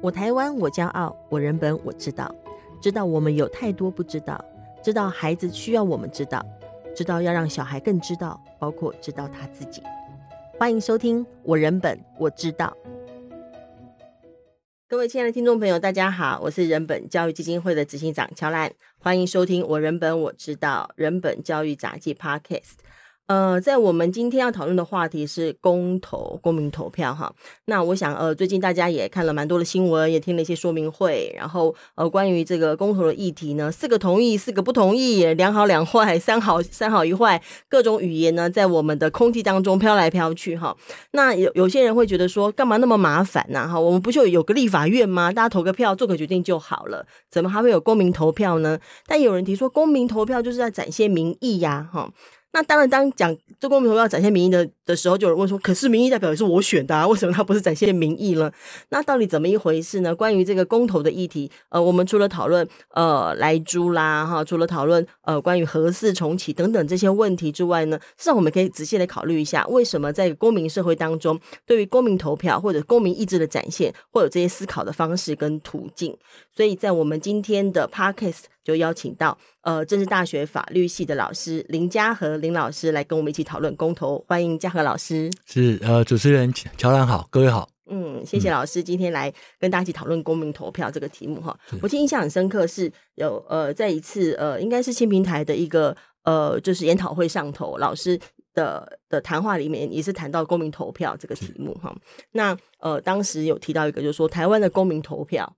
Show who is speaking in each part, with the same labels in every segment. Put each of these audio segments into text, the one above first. Speaker 1: 我台湾，我骄傲；我人本，我知道。知道我们有太多不知道，知道孩子需要我们知道，知道要让小孩更知道，包括知道他自己。欢迎收听《我人本我知道》。各位亲爱的听众朋友，大家好，我是人本教育基金会的执行长乔兰，欢迎收听《我人本我知道》人本教育杂技 Podcast。呃，在我们今天要讨论的话题是公投、公民投票哈。那我想，呃，最近大家也看了蛮多的新闻，也听了一些说明会，然后呃，关于这个公投的议题呢，四个同意，四个不同意，两好两坏，三好三好一坏，各种语言呢在我们的空气当中飘来飘去哈。那有有些人会觉得说，干嘛那么麻烦呐、哈，我们不就有个立法院吗？大家投个票，做个决定就好了，怎么还会有公民投票呢？但有人提说，公民投票就是在展现民意呀、哈。那当然，当讲这公民投票展现民意的的时候，就有人问说：“可是民意代表也是我选的、啊，为什么他不是展现民意呢？”那到底怎么一回事呢？关于这个公投的议题，呃，我们除了讨论呃莱猪啦哈，除了讨论呃关于核四重启等等这些问题之外呢，事实上我们可以仔细的考虑一下，为什么在公民社会当中，对于公民投票或者公民意志的展现，会有这些思考的方式跟途径。所以在我们今天的 podcast 就邀请到呃政治大学法律系的老师林嘉和林老师来跟我们一起讨论公投，欢迎嘉和老师。
Speaker 2: 是呃，主持人乔乔兰好，各位好，
Speaker 1: 嗯，谢谢老师今天来跟大家一起讨论公民投票这个题目哈。我记得印象很深刻是有呃，在一次呃，应该是新平台的一个呃，就是研讨会上头，老师的的谈话里面也是谈到公民投票这个题目哈。那呃，当时有提到一个，就是说台湾的公民投票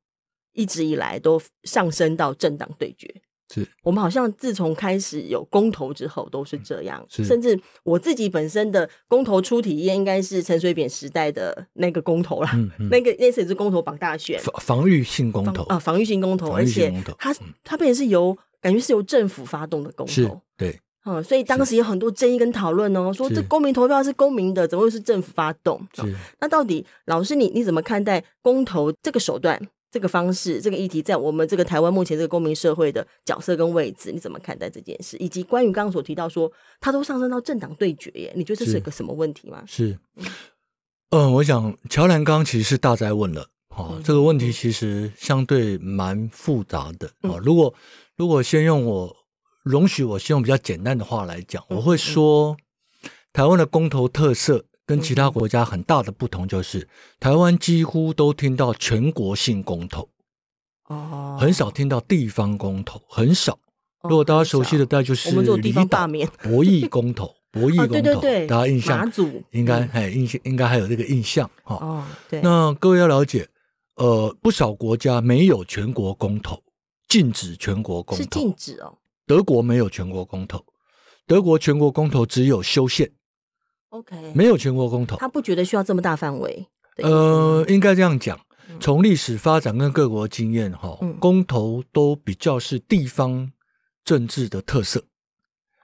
Speaker 1: 一直以来都上升到政党对决。
Speaker 2: 是嗯
Speaker 1: 我们好像自从开始有公投之后都是这样，
Speaker 2: 是
Speaker 1: 甚至我自己本身的公投初体验应该是陈水扁时代的那个公投啦，
Speaker 2: 嗯嗯，
Speaker 1: 那个那次也是公投榜大选，
Speaker 2: 防防御性公
Speaker 1: 防
Speaker 2: 投
Speaker 1: 啊、防御性公投，
Speaker 2: 防
Speaker 1: 而
Speaker 2: 御性
Speaker 1: 且
Speaker 2: 公投嗯
Speaker 1: 它它变成是由感觉是由政府发动的公
Speaker 2: 是
Speaker 1: 投。
Speaker 2: 对，
Speaker 1: 嗯，所以当时有很多争议跟讨论哦，说
Speaker 2: 是
Speaker 1: 这公民投票是公民的，怎么会是政府发动？
Speaker 2: 是
Speaker 1: 那到底老师你你怎么看待公投这个手段、这个方式、这个议题，在我们这个台湾目前这个公民社会的角色跟位置，你怎么看待这件事？以及关于刚刚所提到说，它都上升到政党对决耶，你觉得这是
Speaker 2: 是
Speaker 1: 个什么问题吗？
Speaker 2: 是，嗯，我想乔兰刚刚其实是大灾问了，哦，
Speaker 1: 嗯
Speaker 2: 这个问题其实相对蛮复杂的，
Speaker 1: 嗯
Speaker 2: 哦，如果如果先用我容许我先用比较简单的话来讲，
Speaker 1: 嗯
Speaker 2: 我会说，台湾的公投特色跟其
Speaker 1: 嗯
Speaker 2: 他国家很大的不同就是，台湾几乎都听到全国性公投，
Speaker 1: 哦
Speaker 2: 很少听到地方公投，很少。
Speaker 1: 哦
Speaker 2: 如果大家熟悉
Speaker 1: 很
Speaker 2: 的，
Speaker 1: 少
Speaker 2: 大概就是
Speaker 1: 我们做地方
Speaker 2: 离岛
Speaker 1: 罢免
Speaker 2: 博弈公投，博弈
Speaker 1: 哦
Speaker 2: 公
Speaker 1: 对
Speaker 2: 投，
Speaker 1: 对对
Speaker 2: 大家印
Speaker 1: 马
Speaker 2: 象
Speaker 1: 祖
Speaker 2: 应该
Speaker 1: 嗯
Speaker 2: 哎印象应该还有这个印象哈、哦。
Speaker 1: 哦，对，
Speaker 2: 那各位要了解，呃，不少国家没有全国公投，禁止全国公
Speaker 1: 是
Speaker 2: 投
Speaker 1: 禁。止哦。
Speaker 2: 德国没有全国公投，德国全国公投只有修宪，
Speaker 1: OK，
Speaker 2: 没有全国公投。
Speaker 1: 他不觉得需要这么大范围的意思吗。
Speaker 2: 呃，应该这样讲
Speaker 1: 嗯，
Speaker 2: 从历史发展跟各国经验哈
Speaker 1: 嗯，
Speaker 2: 公投都比较是地方政治的特色，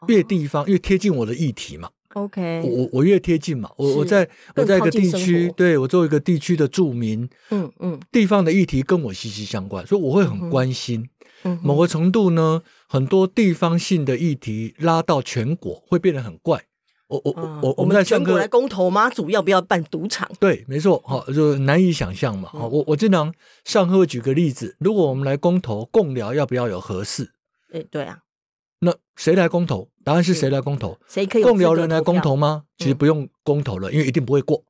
Speaker 1: 哦
Speaker 2: 越地方越贴近我的议题嘛，我
Speaker 1: OK，
Speaker 2: 我我越贴近嘛，我
Speaker 1: 是
Speaker 2: 我在我
Speaker 1: 更
Speaker 2: 在一
Speaker 1: 靠
Speaker 2: 个
Speaker 1: 近
Speaker 2: 地
Speaker 1: 生
Speaker 2: 区
Speaker 1: 活，
Speaker 2: 对我作为一个地区的住民，
Speaker 1: 嗯嗯
Speaker 2: 地方的议题跟我息息相关，所以我会
Speaker 1: 嗯哼
Speaker 2: 很关心。
Speaker 1: 嗯哼，
Speaker 2: 某个程度呢，很多地方性的议题拉到全国会变得很怪。我我
Speaker 1: 啊
Speaker 2: 我
Speaker 1: 我
Speaker 2: 们在上
Speaker 1: 全
Speaker 2: 课
Speaker 1: 国来公投，妈祖要不要办赌场？
Speaker 2: 对，没错，好、就难以想象嘛。
Speaker 1: 嗯
Speaker 2: 好、我我经常上课会举个例子，如果我们来公投共聊要不要有合适，
Speaker 1: 哎，对啊，
Speaker 2: 那谁来公投？答案是
Speaker 1: 是
Speaker 2: 谁来公投？
Speaker 1: 谁可以有
Speaker 2: 共
Speaker 1: 资
Speaker 2: 聊
Speaker 1: 格
Speaker 2: 人来公
Speaker 1: 票
Speaker 2: 投？吗？其实
Speaker 1: 嗯
Speaker 2: 不用公投了，因为一定不会过。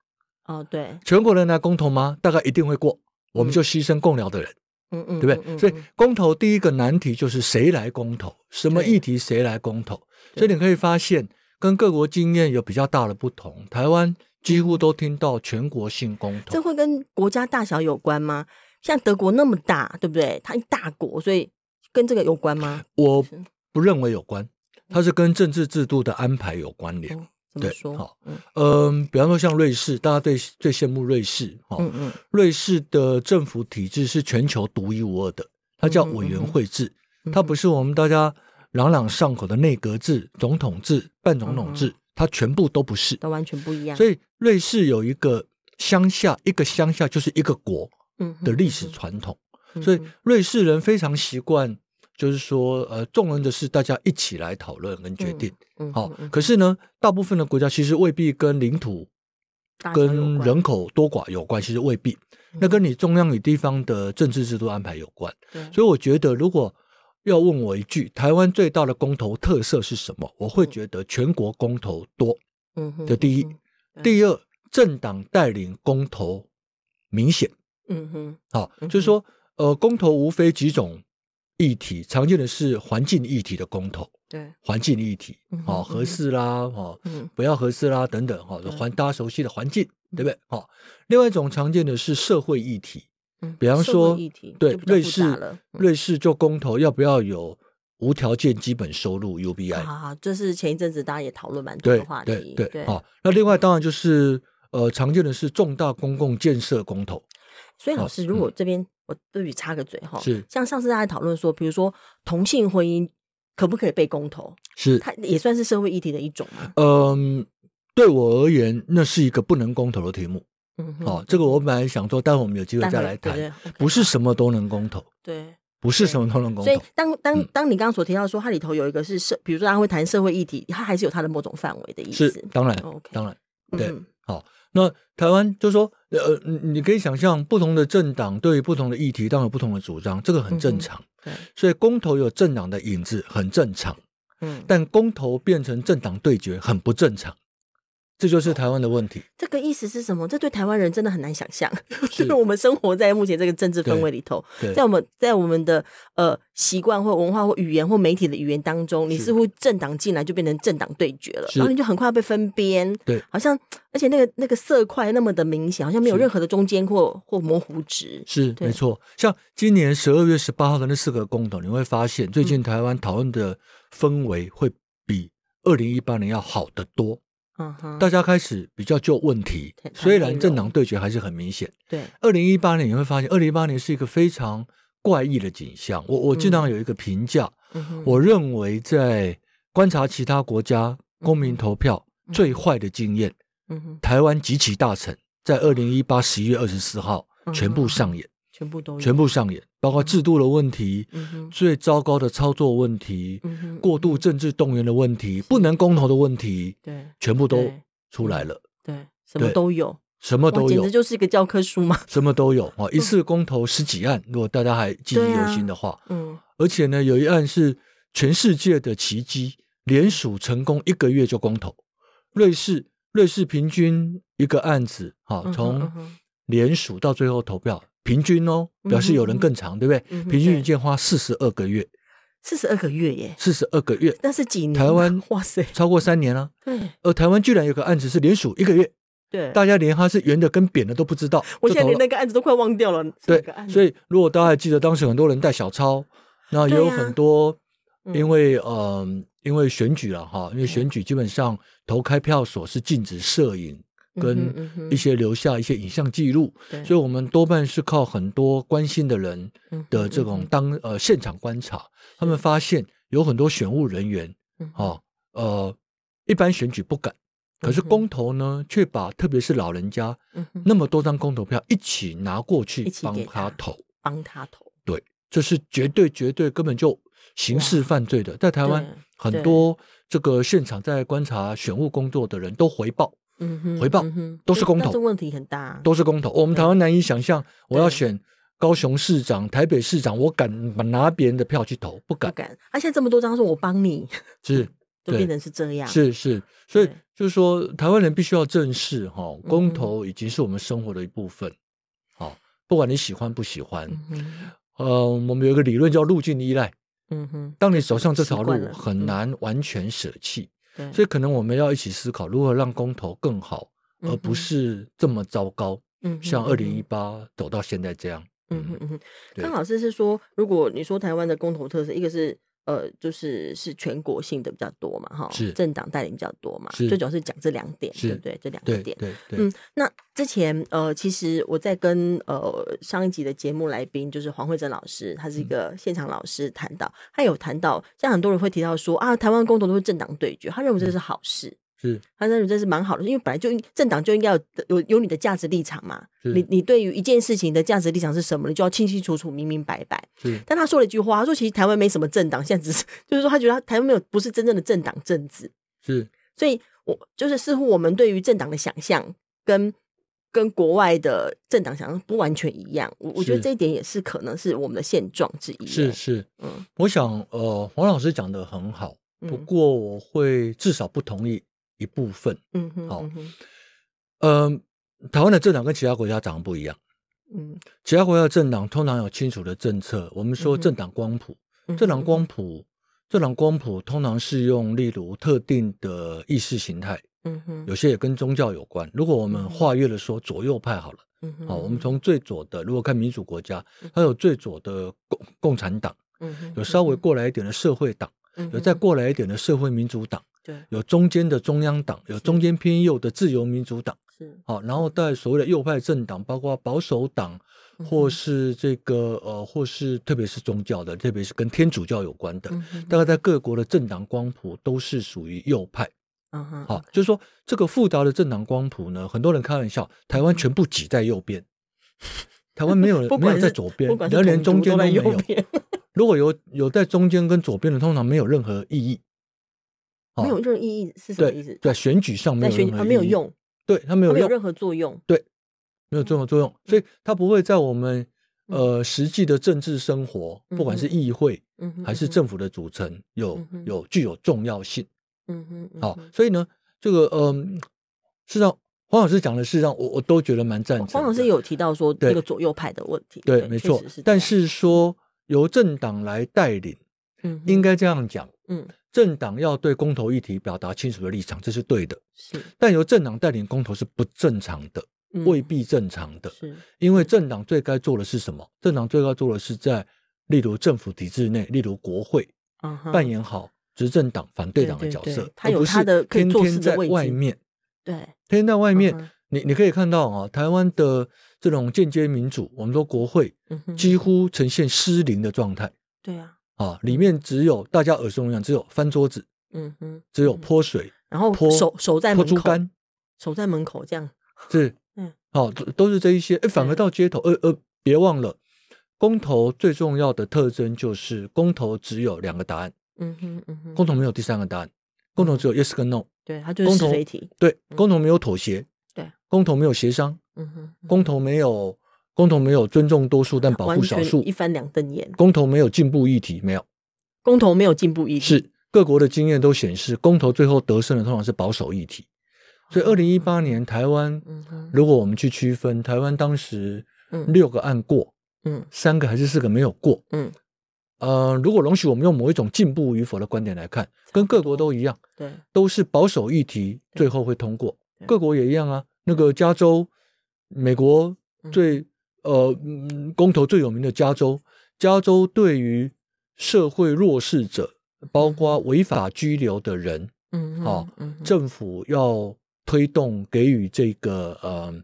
Speaker 1: 哦，对，
Speaker 2: 全国人来公投吗？大概一定会过，我
Speaker 1: 嗯
Speaker 2: 们就牺牲共聊的人，
Speaker 1: 嗯嗯，
Speaker 2: 对不对？
Speaker 1: 嗯嗯
Speaker 2: 所以
Speaker 1: 嗯
Speaker 2: 公投第一个难题就是谁来公投，什么
Speaker 1: 对
Speaker 2: 议题谁来公投。
Speaker 1: 对
Speaker 2: 所以你可以发现，跟各国经验有比较大的不同。台湾几乎都听到全国性公投
Speaker 1: 这，会跟国家大小有关吗？像德国那么大，对不对？它一大国，所以跟这个有关吗？
Speaker 2: 我
Speaker 1: 是嗯
Speaker 2: 不认为有关，它是跟政治制度的安排有关联。
Speaker 1: 哦，怎么
Speaker 2: 对，
Speaker 1: 说？
Speaker 2: 好
Speaker 1: 嗯，
Speaker 2: 嗯，比方说像瑞士，大家最最羡慕瑞士，哈、
Speaker 1: 嗯嗯
Speaker 2: 瑞士的政府体制是全球独一无二的，它叫
Speaker 1: 嗯哼
Speaker 2: 委员
Speaker 1: 嗯哼
Speaker 2: 会制，
Speaker 1: 嗯
Speaker 2: 它
Speaker 1: 哼
Speaker 2: 不是我们大家朗朗上口的内阁制、总统制、半总统
Speaker 1: 嗯
Speaker 2: 制，它全部都不是。
Speaker 1: 都完全不一样。
Speaker 2: 所
Speaker 1: 以
Speaker 2: 以瑞士有一个乡下，一个乡下就是一个国
Speaker 1: 嗯
Speaker 2: 的历史
Speaker 1: 嗯
Speaker 2: 传统，
Speaker 1: 嗯
Speaker 2: 所以
Speaker 1: 嗯
Speaker 2: 瑞士人非常习惯，就是说，呃，众人的事大家一起来讨论跟决定。
Speaker 1: 嗯
Speaker 2: 好、
Speaker 1: 嗯嗯
Speaker 2: 可是呢，大部分的国家其实未必跟领土
Speaker 1: 大小有
Speaker 2: 跟
Speaker 1: 关嗯
Speaker 2: 人口多寡有关，其实未必，那跟你中央与地方的政治制度安排有关。
Speaker 1: 对
Speaker 2: 所以我觉得，如果要问我一句，台湾最大的公投特色是什么？我会觉得全国公投多。
Speaker 1: 嗯哼
Speaker 2: 的第一，
Speaker 1: 嗯
Speaker 2: 第二，政党带领公投明显
Speaker 1: 嗯哼，
Speaker 2: 啊、
Speaker 1: 嗯
Speaker 2: 就是说，呃，公投无非几种议题，常见的是环境议题的公投，
Speaker 1: 对，
Speaker 2: 环境议题
Speaker 1: 嗯哼
Speaker 2: 啊、哦，合适啦，哦，
Speaker 1: 嗯
Speaker 2: 不要合适啦，等等哈，哦
Speaker 1: 对
Speaker 2: 环、大家熟悉的环境，对不对？哦，另外一种常见的是社会议题，
Speaker 1: 嗯，
Speaker 2: 比方
Speaker 1: 社
Speaker 2: 说
Speaker 1: 会议题
Speaker 2: 对
Speaker 1: 就比较
Speaker 2: 瑞
Speaker 1: 复
Speaker 2: 士
Speaker 1: 杂了，嗯
Speaker 2: 瑞士就公投要不要有无条件基本收入 UBI，、
Speaker 1: 啊，这是前一阵子大家也讨论蛮多
Speaker 2: 对
Speaker 1: 的话
Speaker 2: 对
Speaker 1: 题，
Speaker 2: 对，好、那另外当然就是呃，常见的是重大公共建设公投，
Speaker 1: 所以老
Speaker 2: 哦
Speaker 1: 师，如果这边我对于插个嘴哈，
Speaker 2: 是
Speaker 1: 像上次大家讨论说，比如说同性婚姻可不可以被公投，
Speaker 2: 是
Speaker 1: 它也算是社会议题的一种嘛？
Speaker 2: 嗯、对我而言，那是一个不能公投的题目。
Speaker 1: 嗯哼，
Speaker 2: 哦，这个我本来想说，待会我们有机会
Speaker 1: 待
Speaker 2: 再
Speaker 1: 会
Speaker 2: 来谈，
Speaker 1: 对对
Speaker 2: 不是什么都能公投，
Speaker 1: 对。
Speaker 2: 不是
Speaker 1: 对
Speaker 2: 什么都能公
Speaker 1: 所以
Speaker 2: 投，
Speaker 1: 当当
Speaker 2: 嗯
Speaker 1: 当你刚刚所提到说，它里头有一个是社，比如说它会谈社会议题，它还是有它的某种范围的意
Speaker 2: 是
Speaker 1: 思。哦
Speaker 2: 当然
Speaker 1: OK
Speaker 2: 当然。对
Speaker 1: 嗯
Speaker 2: 好，那台湾就说，呃，你你可以想象，不同的政党对于不同的议题，当然有不同的主张，这个
Speaker 1: 嗯
Speaker 2: 很
Speaker 1: 哼
Speaker 2: 正常。
Speaker 1: 对，
Speaker 2: 所以公投有政党的影子，很正常。
Speaker 1: 嗯，
Speaker 2: 但公投变成政党对决，很不正常。这
Speaker 1: 哦
Speaker 2: 就是台湾的问题。
Speaker 1: 这个意思是什么？这对台湾人真的很难想象，就是 是我们生活在目前这个政治氛围里头，
Speaker 2: 对
Speaker 1: 在我们在我们的呃习惯或文化或语言或媒体的语言当中，你
Speaker 2: 是
Speaker 1: 似乎政党进来就变成政党对决了，
Speaker 2: 是
Speaker 1: 然后你就很快要被分边，
Speaker 2: 对，
Speaker 1: 好像而且那个那个色块那么的明显，好像没有
Speaker 2: 是
Speaker 1: 任何的中间或或模糊值，
Speaker 2: 是
Speaker 1: 对
Speaker 2: 没错。像今年十二月十八号的那四个公投，你会发
Speaker 1: 嗯
Speaker 2: 现最近台湾讨论的氛围会比二零一八年要好得多。
Speaker 1: 嗯哼，
Speaker 2: 大家开始比较就问题
Speaker 1: 谈，谈
Speaker 2: 虽
Speaker 1: 内
Speaker 2: 然
Speaker 1: 容
Speaker 2: 政党对决还是很明显。
Speaker 1: 对，
Speaker 2: 二零一八年你会发现，二零一八年是一个非常怪异的景象。我我经常有一个评价，
Speaker 1: 嗯哼
Speaker 2: 我认为在观察其他国家公民投票
Speaker 1: 嗯
Speaker 2: 最坏的经验，
Speaker 1: 嗯哼，
Speaker 2: 台湾集其大成，在二零一八十一月二十四号
Speaker 1: 嗯
Speaker 2: 全部上演，
Speaker 1: 全部都有
Speaker 2: 全，部上演，包括制度的问题、
Speaker 1: 嗯哼，
Speaker 2: 最糟糕的操作问题、
Speaker 1: 嗯哼，
Speaker 2: 过度政治动员的问题、不能公投的问题，
Speaker 1: 对
Speaker 2: 全部都
Speaker 1: 对
Speaker 2: 出来了，
Speaker 1: 对，什么
Speaker 2: 对
Speaker 1: 都有，
Speaker 2: 什么
Speaker 1: 哇
Speaker 2: 都
Speaker 1: 简
Speaker 2: 有
Speaker 1: 直。就是一嗯个教科书嘛，
Speaker 2: 什么都有啊！一次公投十几案，如果大家还记忆
Speaker 1: 对啊
Speaker 2: 犹新的话，
Speaker 1: 嗯，
Speaker 2: 而且呢，有一案是全世界的奇迹，联署成功一个月就公投。瑞士，瑞士平均一个案子，哈、
Speaker 1: 嗯哼嗯
Speaker 2: 从
Speaker 1: 哼
Speaker 2: 联署到最后投票，平均哦，表示有人更长，对不对
Speaker 1: 嗯？哼
Speaker 2: 平均
Speaker 1: 对
Speaker 2: 一件花四十二个月，
Speaker 1: 四十二个月耶，
Speaker 2: 四十二个月，
Speaker 1: 那是几年啊？
Speaker 2: 台湾
Speaker 1: 哇塞，
Speaker 2: 超过三年了、
Speaker 1: 对
Speaker 2: 而台湾居然有个案子是联署一个月，
Speaker 1: 对，
Speaker 2: 大家连它是圆的跟扁的都不知道，
Speaker 1: 我
Speaker 2: 就
Speaker 1: 现在
Speaker 2: 投
Speaker 1: 连
Speaker 2: 了
Speaker 1: 那个案子都快忘掉了，
Speaker 2: 对，所
Speaker 1: 以
Speaker 2: 以如果大家还记得，当时很多人带小抄，那也
Speaker 1: 对
Speaker 2: 有
Speaker 1: 啊
Speaker 2: 很多，
Speaker 1: 嗯
Speaker 2: 因为呃，因为选举了哈，因为选举基本上投开票所是禁止摄影
Speaker 1: 嗯
Speaker 2: 跟一些留下一些影像记录，所以我们多半是靠很多关心的人
Speaker 1: 嗯
Speaker 2: 的这种当呃现场观察，他们发现有很多选务人员
Speaker 1: 嗯
Speaker 2: 哦，呃，一般选举不敢。可是
Speaker 1: 嗯哼
Speaker 2: 公投呢，却把特别是老人家
Speaker 1: 嗯
Speaker 2: 那么多张公投票一起拿过去
Speaker 1: 一起
Speaker 2: 帮
Speaker 1: 给
Speaker 2: 他
Speaker 1: 他
Speaker 2: 投，
Speaker 1: 帮他投，
Speaker 2: 这是绝对绝对根本就刑事犯罪的。在台湾
Speaker 1: 啊对
Speaker 2: 很多这个现场在观察选务工作的人都回报，
Speaker 1: 嗯哼
Speaker 2: 回报
Speaker 1: 嗯哼
Speaker 2: 都是公
Speaker 1: 那
Speaker 2: 投
Speaker 1: 这问题很大，
Speaker 2: 都是公投。我们
Speaker 1: 对
Speaker 2: 台湾难以想象，我要
Speaker 1: 对
Speaker 2: 选高雄市长、台北市长，我敢拿别人的票去投，
Speaker 1: 不
Speaker 2: 不敢。
Speaker 1: 敢。他现在这么多张，他说我帮你，
Speaker 2: 是
Speaker 1: 就
Speaker 2: 对
Speaker 1: 变成是这样，
Speaker 2: 是是，所以
Speaker 1: 对嗯
Speaker 2: 就是说，台湾人必须要正视哈、
Speaker 1: 哼
Speaker 2: 公投已经是我们生活的一部分。好、不管你喜欢不喜欢，
Speaker 1: 嗯哼，
Speaker 2: 呃，我们有一个理论叫路径依赖。
Speaker 1: 嗯哼，
Speaker 2: 当你走上这条
Speaker 1: 习惯
Speaker 2: 路，
Speaker 1: 了嗯
Speaker 2: 很难完全舍弃，
Speaker 1: 对，
Speaker 2: 所以可能我们要一起思考如何让公投更好，
Speaker 1: 嗯哼嗯
Speaker 2: 而不是这么糟糕，
Speaker 1: 以
Speaker 2: 像二零一八走到现在这样。
Speaker 1: 嗯哼嗯哼，
Speaker 2: 对
Speaker 1: 刚老师是说，如果你说台湾的公投特色，一个是呃，就是是全国性的比较多嘛，哈，
Speaker 2: 是
Speaker 1: 政党带领比较多嘛，
Speaker 2: 是
Speaker 1: 最主要是讲这两点，
Speaker 2: 是
Speaker 1: 对不对？这两
Speaker 2: 对
Speaker 1: 点。
Speaker 2: 对对
Speaker 1: 嗯，那之前呃，其实我在跟呃上一集的节目来宾就是黄慧珍老师，她是一个现场老师，谈到她有谈到，像很多人会提到说啊，台湾公投都是政党对决，他认为这是好事，
Speaker 2: 是
Speaker 1: 他认为这是蛮好的，因为本来就应政党就应该有有有你的价值立场嘛，
Speaker 2: 是
Speaker 1: 你你对于一件事情的价值立场是什么，你就要清清楚楚、明明白白。
Speaker 2: 是
Speaker 1: 但他说了一句话，他说其实台湾没什么政党，现在只是就是说他觉得他台湾没有不是真正的政党政治，
Speaker 2: 是
Speaker 1: 所以我就是似乎我们对于政党的想象跟跟国外的政党想象不完全一样。我我觉得
Speaker 2: 是
Speaker 1: 这一点也是可能是我们的现状之一。
Speaker 2: 是，是，
Speaker 1: 嗯
Speaker 2: 我想呃，黄老师讲的很好，不
Speaker 1: 嗯
Speaker 2: 过我会至少不同意一部分。
Speaker 1: 嗯哼，
Speaker 2: 好
Speaker 1: 嗯哼
Speaker 2: 嗯、台湾的政党跟其他国家长得不一样，
Speaker 1: 嗯
Speaker 2: 其他国家的政党通常有清楚的政策，我们说
Speaker 1: 嗯哼
Speaker 2: 政党光谱，
Speaker 1: 嗯
Speaker 2: 政党
Speaker 1: 哼
Speaker 2: 光谱，政党光谱通常是用例如特定的意识形态，
Speaker 1: 嗯哼，
Speaker 2: 有些也跟宗教有关。如果我
Speaker 1: 嗯
Speaker 2: 们
Speaker 1: 哼
Speaker 2: 跨越了说左右派好了，
Speaker 1: 嗯哼
Speaker 2: 好，我们从最左的，如果看民主国家，它有最左的共共产党，
Speaker 1: 嗯哼
Speaker 2: 有稍微过来一点的社会党，
Speaker 1: 嗯
Speaker 2: 有再
Speaker 1: 哼
Speaker 2: 过来一点的社会民主党，
Speaker 1: 对
Speaker 2: 有中间的中央党，有
Speaker 1: 嗯
Speaker 2: 中间偏右的自由民主党。
Speaker 1: 是
Speaker 2: 好，然后在所谓的右派政党，包括保守党，或
Speaker 1: 嗯
Speaker 2: 是这个呃，或是特别是宗教的，特别是跟天主教有关的，
Speaker 1: 嗯哼
Speaker 2: 大概在各国的政党光谱都是属于右派。
Speaker 1: 嗯哼
Speaker 2: 好，就是说这个复杂的政党光谱呢，很多人开玩笑，台湾全部挤在右边，台湾没有
Speaker 1: 不
Speaker 2: 没
Speaker 1: 管
Speaker 2: 有在
Speaker 1: 是
Speaker 2: 左边
Speaker 1: 不，管
Speaker 2: 然后
Speaker 1: 是
Speaker 2: 连
Speaker 1: 统
Speaker 2: 中
Speaker 1: 独都
Speaker 2: 间都
Speaker 1: 在
Speaker 2: 没
Speaker 1: 右
Speaker 2: 有。
Speaker 1: 边，
Speaker 2: 如果有有在中间跟左边的，通常没有任何意义。好
Speaker 1: 没有任何意义是什么意思
Speaker 2: 对？对，选举上
Speaker 1: 在
Speaker 2: 没有
Speaker 1: 选
Speaker 2: 任
Speaker 1: 举
Speaker 2: 何
Speaker 1: 啊
Speaker 2: 意义
Speaker 1: 没有，用，
Speaker 2: 对它没
Speaker 1: 它
Speaker 2: 有
Speaker 1: 没有
Speaker 2: 用，
Speaker 1: 任何作用。
Speaker 2: 没有作用作用，所以它不会在我们
Speaker 1: 嗯
Speaker 2: 呃实际的政治生活，不管是
Speaker 1: 嗯哼
Speaker 2: 议会
Speaker 1: 嗯哼，
Speaker 2: 还是政府的组成，有
Speaker 1: 嗯哼
Speaker 2: 有具有重要性。
Speaker 1: 嗯哼，嗯哼，
Speaker 2: 好
Speaker 1: 嗯，
Speaker 2: 所以呢，这个嗯，事实上黄老师讲的事实上，我我都觉得蛮赞成
Speaker 1: 哼哦
Speaker 2: 的。
Speaker 1: 黄老师有提到说
Speaker 2: 对
Speaker 1: 那个左右派的问题，
Speaker 2: 对，没
Speaker 1: 确
Speaker 2: 错
Speaker 1: 实是这
Speaker 2: 但
Speaker 1: 样，
Speaker 2: 是说由政党来带领，
Speaker 1: 嗯哼，
Speaker 2: 应该这样讲，
Speaker 1: 嗯
Speaker 2: 政党要对公投议题表达清楚的立场，这是对的。
Speaker 1: 是
Speaker 2: 但由政党带领公投是不正常的，未
Speaker 1: 嗯
Speaker 2: 必正常的，
Speaker 1: 是
Speaker 2: 因为政党最该做的是什么？政党最该做的是在例如政府体制内，例如国会
Speaker 1: 啊哈，
Speaker 2: 扮演好执政党、反对
Speaker 1: 对
Speaker 2: 党的
Speaker 1: 对
Speaker 2: 角
Speaker 1: 对
Speaker 2: 色，
Speaker 1: 他
Speaker 2: 而
Speaker 1: 有
Speaker 2: 不是
Speaker 1: 他的可以
Speaker 2: 天
Speaker 1: 做事
Speaker 2: 天
Speaker 1: 的
Speaker 2: 在
Speaker 1: 位
Speaker 2: 外
Speaker 1: 置
Speaker 2: 面。
Speaker 1: 对，
Speaker 2: 天天在外面，
Speaker 1: 嗯哼
Speaker 2: 你你可以看到啊、台湾的这种间接民主，我们说国会
Speaker 1: 嗯哼，
Speaker 2: 几乎呈现失灵的状态
Speaker 1: 对啊，
Speaker 2: 啊，里面只有大家耳熟能详，只有翻桌子，
Speaker 1: 嗯哼，
Speaker 2: 只有
Speaker 1: 嗯哼，
Speaker 2: 泼水、
Speaker 1: 然后
Speaker 2: 泼
Speaker 1: 守守在
Speaker 2: 泼
Speaker 1: 门
Speaker 2: 猪
Speaker 1: 口，
Speaker 2: 肝，
Speaker 1: 守在门口这样，
Speaker 2: 是，
Speaker 1: 嗯，
Speaker 2: 好、都都是这一些。哎，反而
Speaker 1: 对
Speaker 2: 到街头，呃呃，别忘了，公投最重要的特征就是公投只有两个答案，
Speaker 1: 嗯哼嗯哼，
Speaker 2: 公投没有第三个答案，公投只有 yes 跟 no，
Speaker 1: 对他就是
Speaker 2: 公
Speaker 1: 是
Speaker 2: 投
Speaker 1: 非题，
Speaker 2: 对，公投没有妥协，
Speaker 1: 嗯对，
Speaker 2: 公投没有协商，
Speaker 1: 嗯哼，嗯
Speaker 2: 公投没有公投没有尊重多数但保
Speaker 1: 完
Speaker 2: 护少
Speaker 1: 全
Speaker 2: 数
Speaker 1: 一，翻两瞪眼，
Speaker 2: 公投没有进步议题，没有
Speaker 1: 公投没有进步意识，
Speaker 2: 是各国的经验都显示，公投最后得胜的通常是保守议题。所以，二零一八年台湾，
Speaker 1: 嗯哼，
Speaker 2: 如果我们去区分，台湾当时
Speaker 1: 嗯
Speaker 2: 六个案过，
Speaker 1: 嗯
Speaker 2: 三个还是四个没有过。
Speaker 1: 嗯，
Speaker 2: 呃，如果容许我们用某一种进步与否的观点来看，跟各国都一样，
Speaker 1: 对，
Speaker 2: 都是保守议题
Speaker 1: 对
Speaker 2: 最后会通过，
Speaker 1: 对
Speaker 2: 各国也一样啊。那个加州，美国
Speaker 1: 嗯
Speaker 2: 最、呃嗯公投最有名的加州，加州对于社会弱势者，包括违法拘留的人，
Speaker 1: 嗯嗯哼
Speaker 2: 好，
Speaker 1: 嗯哼
Speaker 2: 政府要推动给予这个呃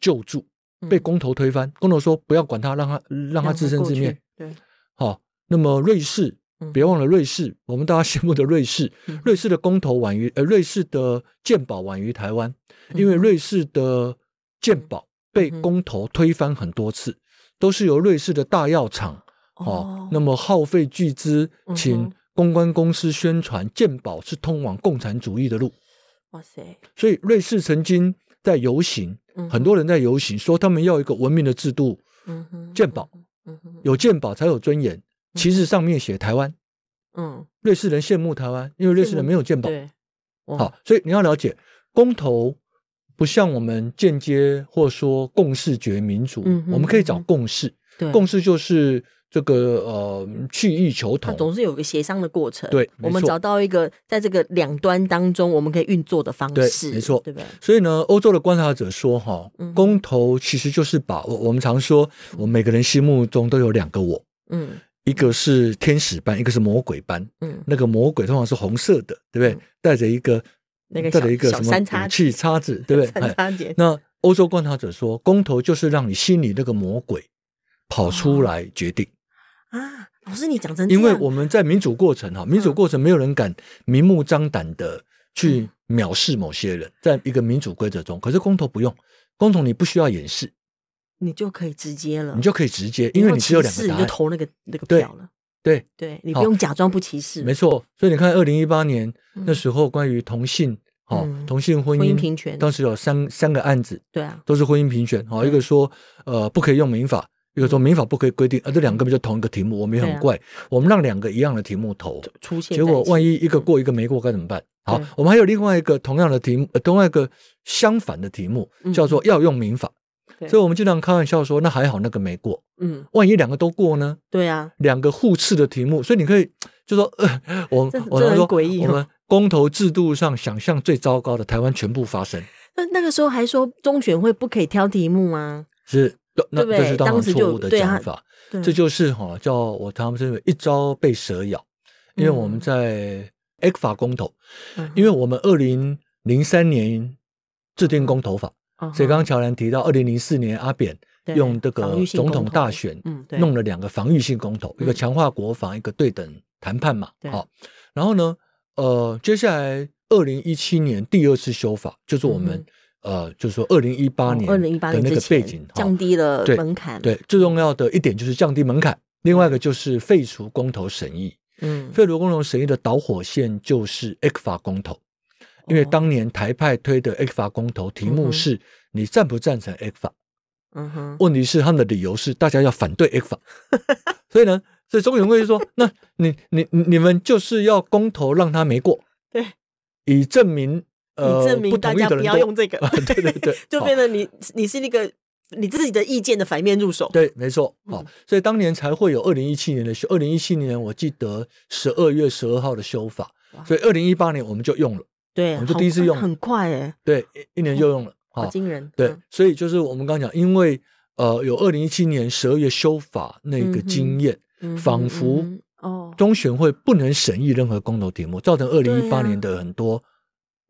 Speaker 2: 救助，被
Speaker 1: 嗯
Speaker 2: 公投推翻，公投说不要管他，让他让他
Speaker 1: 让
Speaker 2: 自生
Speaker 1: 过
Speaker 2: 自
Speaker 1: 去
Speaker 2: 灭。
Speaker 1: 对，
Speaker 2: 好、那么瑞士，
Speaker 1: 嗯
Speaker 2: 别忘了瑞士，我们大家羡慕的瑞士，
Speaker 1: 嗯
Speaker 2: 瑞士的公投晚于呃，瑞士的鉴宝晚于台湾，因为
Speaker 1: 嗯哼
Speaker 2: 瑞士的鉴宝被
Speaker 1: 嗯哼
Speaker 2: 公投推翻很多次，都是由瑞士的大药厂哦，那么耗费巨资
Speaker 1: 嗯哼
Speaker 2: 请公关公司宣传鉴宝是通往共产主义的路，
Speaker 1: 哇塞，
Speaker 2: 所以瑞士曾经在游行，
Speaker 1: 嗯
Speaker 2: 很
Speaker 1: 哼
Speaker 2: 多人在游行说他们要一个文明的制度，
Speaker 1: 嗯哼
Speaker 2: 鉴宝，
Speaker 1: 嗯哼
Speaker 2: 有鉴宝才有尊严。其实上面写台湾，
Speaker 1: 嗯，
Speaker 2: 瑞士人羡慕台湾，因为瑞士人没有鉴宝。
Speaker 1: 对，哇
Speaker 2: 好，，所以你要了解，公投不像我们间接或说共识决民主，
Speaker 1: 嗯哼
Speaker 2: 我们可以找
Speaker 1: 嗯哼
Speaker 2: 共识。
Speaker 1: 对，
Speaker 2: 共识就是这个呃去意求
Speaker 1: 它
Speaker 2: 同，
Speaker 1: 啊总是有个协商的过程，
Speaker 2: 对没
Speaker 1: 我们
Speaker 2: 错
Speaker 1: 找到一个在这个两端当中我们可以运作的方
Speaker 2: 对
Speaker 1: 式，
Speaker 2: 没错
Speaker 1: 对不对？
Speaker 2: 所以呢，欧洲的观察者说，哈
Speaker 1: 嗯，
Speaker 2: 公投其实就是把我我们常说，我们每个人心目中都有两个我，
Speaker 1: 嗯
Speaker 2: 一个是天使般，一个是魔鬼般。
Speaker 1: 嗯，
Speaker 2: 那个魔鬼通常是红色的，对不对？
Speaker 1: 嗯
Speaker 2: 带着一个
Speaker 1: 那个
Speaker 2: 带
Speaker 1: 小
Speaker 2: 着一个
Speaker 1: 小
Speaker 2: 什么
Speaker 1: 三叉
Speaker 2: 武器
Speaker 1: 戟
Speaker 2: 叉子，对不对？
Speaker 1: 三
Speaker 2: 哎
Speaker 1: 叉点，
Speaker 2: 那欧洲观察者说，公投就是让你心里那个魔鬼跑出来决定，
Speaker 1: 啊，老师你讲哦成这
Speaker 2: 因
Speaker 1: 样，嗯
Speaker 2: 为我们在民主过程哈，民主过程没有人敢明目张胆的去藐视某些人，在一个民主规则中，可是公投不用。公投你不需要掩饰，
Speaker 1: 你就可以直接了，
Speaker 2: 你就可以直接，因为
Speaker 1: 要
Speaker 2: 你只有两
Speaker 1: 歧视
Speaker 2: 个答
Speaker 1: 你就
Speaker 2: 案。
Speaker 1: 投那个那个
Speaker 2: 对
Speaker 1: 票了，
Speaker 2: 对，
Speaker 1: 对你不
Speaker 2: 好
Speaker 1: 用假装不歧视，
Speaker 2: 没错。所以你看，二零一八年
Speaker 1: 嗯
Speaker 2: 那时候关于同性哦，
Speaker 1: 嗯
Speaker 2: 同性婚姻
Speaker 1: 婚姻平权
Speaker 2: 当时有三三个案子
Speaker 1: 对啊，
Speaker 2: 都是婚姻平权，哦，
Speaker 1: 对嗯
Speaker 2: 一个说呃不可以用民法，一个说民法不可以规定，啊，这两个不就同一个题目，我们也
Speaker 1: 对
Speaker 2: 很
Speaker 1: 啊
Speaker 2: 怪，我们让两个一样的题目投，
Speaker 1: 出现
Speaker 2: 结果万
Speaker 1: 一
Speaker 2: 一一个过一个没过该怎么办？好
Speaker 1: 嗯对，
Speaker 2: 我们还有另外一个同样的题目，呃、同外一个相反的题目
Speaker 1: 嗯
Speaker 2: 叫做要用民法，
Speaker 1: 对
Speaker 2: 所以我们经常开玩笑说，那还好那个没过，
Speaker 1: 嗯，
Speaker 2: 万一两个都过呢？
Speaker 1: 对啊，
Speaker 2: 两个互斥的题目，所以你可以就说，呃，我
Speaker 1: 这
Speaker 2: 我
Speaker 1: 这
Speaker 2: 常
Speaker 1: 很
Speaker 2: 说
Speaker 1: 诡异哦
Speaker 2: 我们公投制度上想象最糟糕的台湾全部发生，
Speaker 1: 那那个时候还说中选会不可以挑题目啊，
Speaker 2: 是
Speaker 1: 对
Speaker 2: 那
Speaker 1: 不对
Speaker 2: 这是当
Speaker 1: 当
Speaker 2: 然
Speaker 1: 时
Speaker 2: 错
Speaker 1: 就
Speaker 2: 误的
Speaker 1: 对啊
Speaker 2: 讲法，
Speaker 1: 对
Speaker 2: 这就是哈、叫我他们是一朝被蛇咬，因为我们
Speaker 1: 嗯
Speaker 2: 在 A 法公投，
Speaker 1: 嗯
Speaker 2: 因为我们二零零三年制定公投法，
Speaker 1: 嗯哼
Speaker 2: 所以刚刚乔兰提到，二零零四年阿扁
Speaker 1: 对
Speaker 2: 用这
Speaker 1: 防
Speaker 2: 个
Speaker 1: 御性
Speaker 2: 总
Speaker 1: 公
Speaker 2: 统
Speaker 1: 投
Speaker 2: 大选，
Speaker 1: 嗯对
Speaker 2: 弄了两个防御性公投，一个
Speaker 1: 嗯
Speaker 2: 强化国防，一个对等谈判嘛。
Speaker 1: 对
Speaker 2: 好、然后呢，呃，接下来二零一七年第二次修法，就是我们、呃，就是说二零一八年
Speaker 1: 嗯哦二零一八
Speaker 2: 的
Speaker 1: 年
Speaker 2: 那
Speaker 1: 之
Speaker 2: 个背
Speaker 1: 前
Speaker 2: 景，哈
Speaker 1: 降低了
Speaker 2: 对
Speaker 1: 门槛，，
Speaker 2: 对，最重要的一点就是降低门槛，另外一个就是废除公投审议。
Speaker 1: 嗯，
Speaker 2: 废除公投审议的导火线就是 A 法公投，因为
Speaker 1: 哦
Speaker 2: 当年台派推的 A 法公投题
Speaker 1: 嗯哼
Speaker 2: 目是“你赞不赞成 A 法
Speaker 1: 嗯哼”，，
Speaker 2: 问题是他们的理由是大家要反对 A 法，所以呢，所以中选会就说：“那你你你你们就是要公投让他没过，
Speaker 1: 对，
Speaker 2: 以证明呃
Speaker 1: 你证明
Speaker 2: 不
Speaker 1: 大
Speaker 2: 同意
Speaker 1: 家
Speaker 2: 的
Speaker 1: 不
Speaker 2: 人
Speaker 1: 要
Speaker 2: 多
Speaker 1: 用这个
Speaker 2: 啊，对对对
Speaker 1: 就
Speaker 2: 好
Speaker 1: 变成你你是那个你自己的意见的反面入手，
Speaker 2: 对，没错，
Speaker 1: 嗯
Speaker 2: 好、所以当年才会有二零一七年的修，二零一七年我记得十二月十二号的修法
Speaker 1: 哇，
Speaker 2: 所以二零一八年我们就用了，
Speaker 1: 对，
Speaker 2: 我们就
Speaker 1: 好
Speaker 2: 第一次
Speaker 1: 快
Speaker 2: 用
Speaker 1: 很快哎，
Speaker 2: 对，一一年就用了，好、
Speaker 1: 哦好惊人，
Speaker 2: 对
Speaker 1: 嗯，
Speaker 2: 所以就是我们刚讲，因为呃有二零一七年十二月修法那个经验，
Speaker 1: 嗯哼
Speaker 2: 仿佛
Speaker 1: 嗯哼哦，
Speaker 2: 中选会不能审议任何公投题目，造成二零
Speaker 1: 对
Speaker 2: 一八
Speaker 1: 啊
Speaker 2: 年的很多，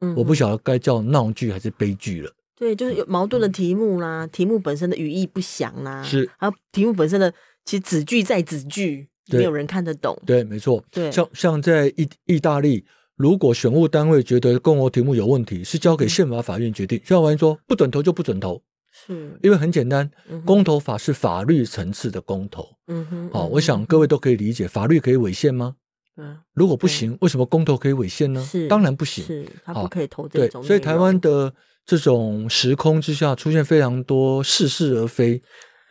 Speaker 1: 嗯
Speaker 2: 我不
Speaker 1: 哼
Speaker 2: 晓得该叫闹剧还是悲剧了。
Speaker 1: 对，就是有矛盾的题目啦，题目本身的语义不详啦，
Speaker 2: 是，
Speaker 1: 还有题目本身的其实子句在子句，没
Speaker 2: 对
Speaker 1: 有人看得懂，
Speaker 2: 对，没错，
Speaker 1: 对
Speaker 2: 像像在意意大利，如果选务单位觉得公投题目有问题，是交给
Speaker 1: 嗯
Speaker 2: 宪法法院决定。宪法法院说不准投就不准投，
Speaker 1: 是，
Speaker 2: 因为很简单，
Speaker 1: 嗯哼
Speaker 2: 公投法是法律层次的公投。
Speaker 1: 嗯哼，
Speaker 2: 好、
Speaker 1: 嗯
Speaker 2: 我
Speaker 1: 哼
Speaker 2: 想各位都可以理解，法律可以违宪吗？
Speaker 1: 嗯
Speaker 2: 如果不
Speaker 1: 对
Speaker 2: 行，为什么公投可以违宪呢？
Speaker 1: 是，
Speaker 2: 当然不行。
Speaker 1: 是他
Speaker 2: 好
Speaker 1: 不可以投这
Speaker 2: 哦对
Speaker 1: 种内容，，
Speaker 2: 所以台湾的这种时空之下，出现非常多似是而非、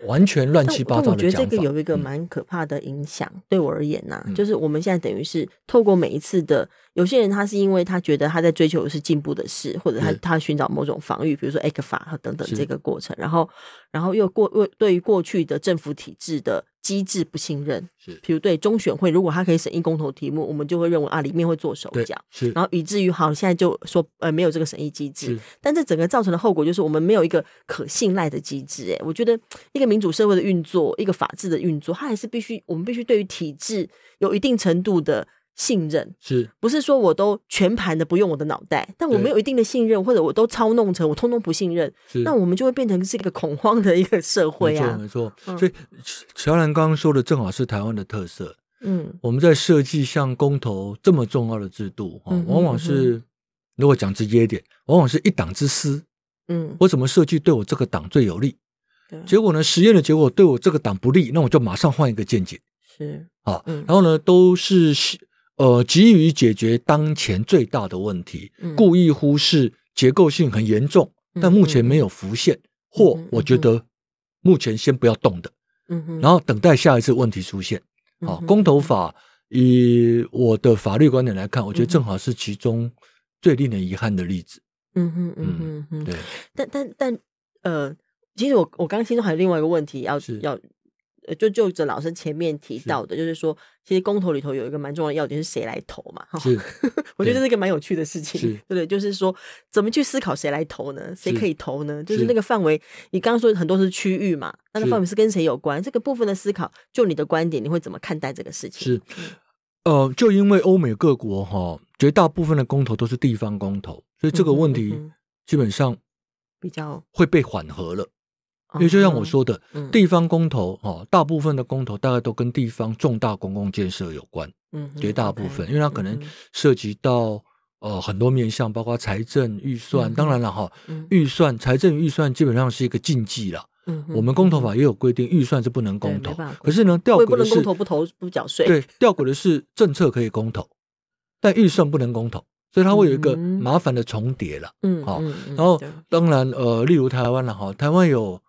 Speaker 2: 完全乱
Speaker 1: 但
Speaker 2: 七
Speaker 1: 我
Speaker 2: 八
Speaker 1: 但
Speaker 2: 糟
Speaker 1: 我
Speaker 2: 的
Speaker 1: 觉得
Speaker 2: 讲
Speaker 1: 这
Speaker 2: 法。
Speaker 1: 个有一个
Speaker 2: 嗯
Speaker 1: 蛮可怕的影响，对我而言呐、
Speaker 2: 嗯
Speaker 1: 就是我们现在等于是透过每一次的，有些人他是因为他觉得他在追求的是进步的事，或者他
Speaker 2: 是
Speaker 1: 他寻找某种防御，比如说 A 克法和等等
Speaker 2: 是
Speaker 1: 这个过程，然后然后又过又对于过去的政府体制的机制不信任，
Speaker 2: 是
Speaker 1: 比如对中选会，如果他可以审议公投题目，我们就会认为啊里面会做手
Speaker 2: 对
Speaker 1: 脚。
Speaker 2: 是
Speaker 1: 然后以至于好，现在就说呃没有这个审议机制
Speaker 2: 是，
Speaker 1: 但这整个造成的后果就是我们没有一个可信赖的机制。哎，我觉得一个民主社会的运作，一个法治的运作，它还是必须我们必须对于体制有一定程度的信任，
Speaker 2: 是
Speaker 1: 不是说我都全盘的不用我的脑袋，但我
Speaker 2: 对
Speaker 1: 没有一定的信任，或者我都操弄成我通通不信任，
Speaker 2: 是，
Speaker 1: 那我们就会变成是一个恐慌的一个社会啊。
Speaker 2: 没错没
Speaker 1: 嗯
Speaker 2: 错。所以乔兰刚刚说的正好是台湾的特色。
Speaker 1: 嗯，
Speaker 2: 我们在设计像公投这么重要的制度，哦
Speaker 1: 嗯、哼
Speaker 2: 往往是、如果讲直接一点，往往是一党之私。
Speaker 1: 嗯，
Speaker 2: 我怎么设计对我这个党最有利？
Speaker 1: 对
Speaker 2: 结果呢，实验的结果对我这个党不利，那我就马上换一个见解。
Speaker 1: 是，
Speaker 2: 啊，
Speaker 1: 嗯
Speaker 2: 然后呢，都是希呃急于解决当前最大的问题，
Speaker 1: 嗯
Speaker 2: 故意忽视结构性很严重，但目前没有浮现，或
Speaker 1: 嗯
Speaker 2: 我觉得目前先不要动的，
Speaker 1: 嗯哼，
Speaker 2: 然后等待下一次问题出现。
Speaker 1: 嗯
Speaker 2: 啊
Speaker 1: 哼，
Speaker 2: 公投法以我的法律观点来看，我觉得正好是其中最令人遗憾的例子。
Speaker 1: 嗯哼，嗯哼，嗯哼，
Speaker 2: 对，
Speaker 1: 但但但呃，其实我我刚刚心中还有另外一个问题要
Speaker 2: 是
Speaker 1: 要，呃就就着老师前面提
Speaker 2: 是
Speaker 1: 到的，就是说，其实公投里头有一个蛮重要的要点是谁来投嘛，哈，
Speaker 2: 是
Speaker 1: 我觉得这
Speaker 2: 对
Speaker 1: 是一个蛮有趣的事情，
Speaker 2: 是
Speaker 1: 对不对？就是说，怎么去思考谁来投呢？谁
Speaker 2: 是
Speaker 1: 可以投呢？就是
Speaker 2: 是
Speaker 1: 那个范围，你刚刚说很多是区域嘛，那个
Speaker 2: 是
Speaker 1: 范围是跟谁有关？这个部分的思考，就你的观点，你会怎么看待这个事情？
Speaker 2: 是，呃，就因为欧美各国哈、绝大部分的公投都是地方公投，所以这个
Speaker 1: 嗯哼
Speaker 2: 问
Speaker 1: 嗯
Speaker 2: 题
Speaker 1: 哼
Speaker 2: 基本上
Speaker 1: 比较，
Speaker 2: 会被缓和了。因为就像我说的，
Speaker 1: 嗯，嗯，
Speaker 2: 地方公投哦，大部分的公投大概都跟地方重大公共建设有关，
Speaker 1: 嗯哼
Speaker 2: 绝大部
Speaker 1: OK，
Speaker 2: 分，因为它可能
Speaker 1: 嗯哼
Speaker 2: 涉及到呃很多面向，包括财政预
Speaker 1: 嗯
Speaker 2: 算。
Speaker 1: 哼
Speaker 2: 当然了哈，
Speaker 1: 嗯
Speaker 2: 预算财政预算基本上是一个禁忌啦。
Speaker 1: 嗯哼
Speaker 2: 我们公投
Speaker 1: 嗯哼
Speaker 2: 法也有规定，预算是不能
Speaker 1: 对
Speaker 2: 公
Speaker 1: 没
Speaker 2: 投
Speaker 1: 办法，
Speaker 2: 可是呢，吊
Speaker 1: 我也
Speaker 2: 诡
Speaker 1: 不
Speaker 2: 的
Speaker 1: 能
Speaker 2: 是
Speaker 1: 公投不投不缴税，
Speaker 2: 对吊诡的是政策可以公投，但预算不能公投。所以它会有一个
Speaker 1: 嗯
Speaker 2: 麻烦的重叠了。
Speaker 1: 嗯，
Speaker 2: 好
Speaker 1: 嗯，嗯
Speaker 2: 然后
Speaker 1: 对
Speaker 2: 当然，呃，例如台湾了哈，台湾有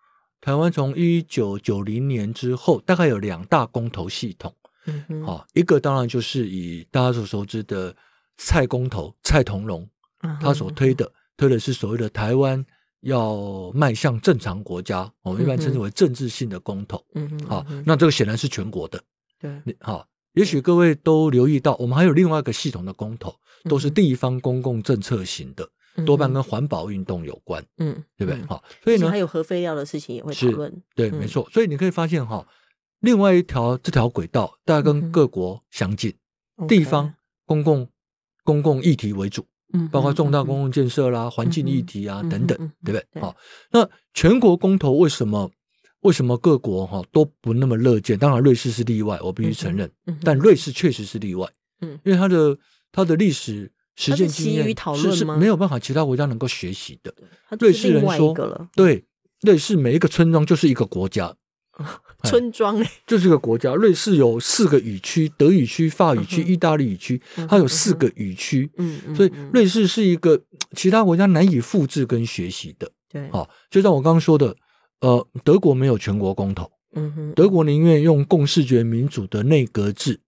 Speaker 2: 台湾从一九九零年之后，大概有两大公投系统，
Speaker 1: 嗯哼
Speaker 2: 好、一个当然就是以大家所熟知的蔡公投蔡同荣
Speaker 1: 嗯
Speaker 2: 他所
Speaker 1: 哼
Speaker 2: 推的，推的是所谓的台湾要迈向正常国家，我们一般称之为政治性的公投。
Speaker 1: 嗯哼
Speaker 2: 好、
Speaker 1: 嗯哼
Speaker 2: 那这个显然是全国的，
Speaker 1: 对
Speaker 2: 你好、也许各位都留意到，我们还有另外一个系统的公投，都是
Speaker 1: 嗯哼
Speaker 2: 地方公共政策型的，多半
Speaker 1: 嗯
Speaker 2: 跟环保运动有关，
Speaker 1: 哼嗯，
Speaker 2: 对不对？
Speaker 1: 嗯？
Speaker 2: 好、所以
Speaker 1: 其实
Speaker 2: 呢
Speaker 1: 还，有核废料的事情也会讨
Speaker 2: 是
Speaker 1: 论，
Speaker 2: 对，
Speaker 1: 嗯
Speaker 2: 没错。所以你可以发现哈、另外一条这条轨道大
Speaker 1: 嗯
Speaker 2: 概
Speaker 1: 哼
Speaker 2: 跟各国相近，地
Speaker 1: OK
Speaker 2: 方公共公共议题为主，
Speaker 1: 嗯
Speaker 2: 包括
Speaker 1: 哼
Speaker 2: 重大
Speaker 1: 嗯哼
Speaker 2: 公共建设啦、环境议题啊
Speaker 1: 嗯哼
Speaker 2: 等等
Speaker 1: 嗯哼，
Speaker 2: 对不
Speaker 1: 对
Speaker 2: 对？好，那全国公投为什么为什么各国哈都不那么乐见？当然，瑞士是例外，我必须承认，
Speaker 1: 嗯哼
Speaker 2: 但瑞士确实是例外，
Speaker 1: 嗯
Speaker 2: 因为它的它的历史实践经
Speaker 1: 它是基于
Speaker 2: 验
Speaker 1: 讨论
Speaker 2: 是是
Speaker 1: 吗
Speaker 2: 没有办法其他国家能够学习的。
Speaker 1: 它就
Speaker 2: 瑞
Speaker 1: 是
Speaker 2: 士
Speaker 1: 另
Speaker 2: 人
Speaker 1: 外一
Speaker 2: 说
Speaker 1: 个了，
Speaker 2: 对，瑞士每一个村庄就是一个国家，哎
Speaker 1: 村庄哎，
Speaker 2: 就是一个国家。瑞士有四个语区：德语区、法语区、
Speaker 1: 嗯哼
Speaker 2: 意大利语区，它有四个语区。
Speaker 1: 嗯嗯，
Speaker 2: 所以
Speaker 1: 嗯
Speaker 2: 瑞士是一个其他国家难以复制跟学习的。
Speaker 1: 对，
Speaker 2: 好、哦就像我刚刚说的，呃，德国没有全国公投，
Speaker 1: 嗯哼，
Speaker 2: 德国宁愿用共视觉民主的内阁制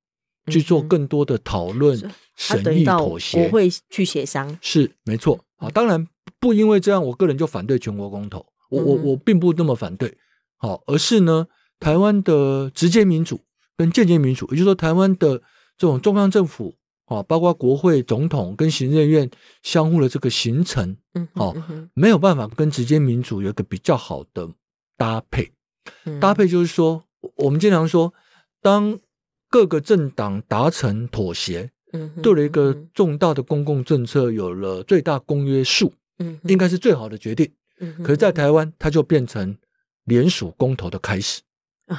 Speaker 2: 去做
Speaker 1: 嗯哼
Speaker 2: 更多的讨论
Speaker 1: 是、它
Speaker 2: 审
Speaker 1: 等于
Speaker 2: 议、
Speaker 1: 到
Speaker 2: 妥协。
Speaker 1: 我会去协商，
Speaker 2: 是没错啊，当然不因为这样，我个人就反对全国公投，我我
Speaker 1: 嗯哼
Speaker 2: 我并不那么反对，好、而是呢，台湾的直接民主跟间接民主，也就是说，台湾的这种中央政府啊，哦包括国会、总统跟行政院相互的这个形成，
Speaker 1: 嗯哼，
Speaker 2: 好
Speaker 1: 嗯哼
Speaker 2: 没有办法跟直接民主有一个比较好的搭配。
Speaker 1: 嗯
Speaker 2: 搭配就是说，我我们经常说，当各个政党达成妥协，
Speaker 1: 嗯哼
Speaker 2: 对了一个
Speaker 1: 嗯
Speaker 2: 重大的公共政策有了最大公约数，
Speaker 1: 嗯哼
Speaker 2: 应该是最好的决定。
Speaker 1: 嗯哼，
Speaker 2: 可是，在
Speaker 1: 嗯
Speaker 2: 台湾，它就变成联署公投的开始
Speaker 1: 啊，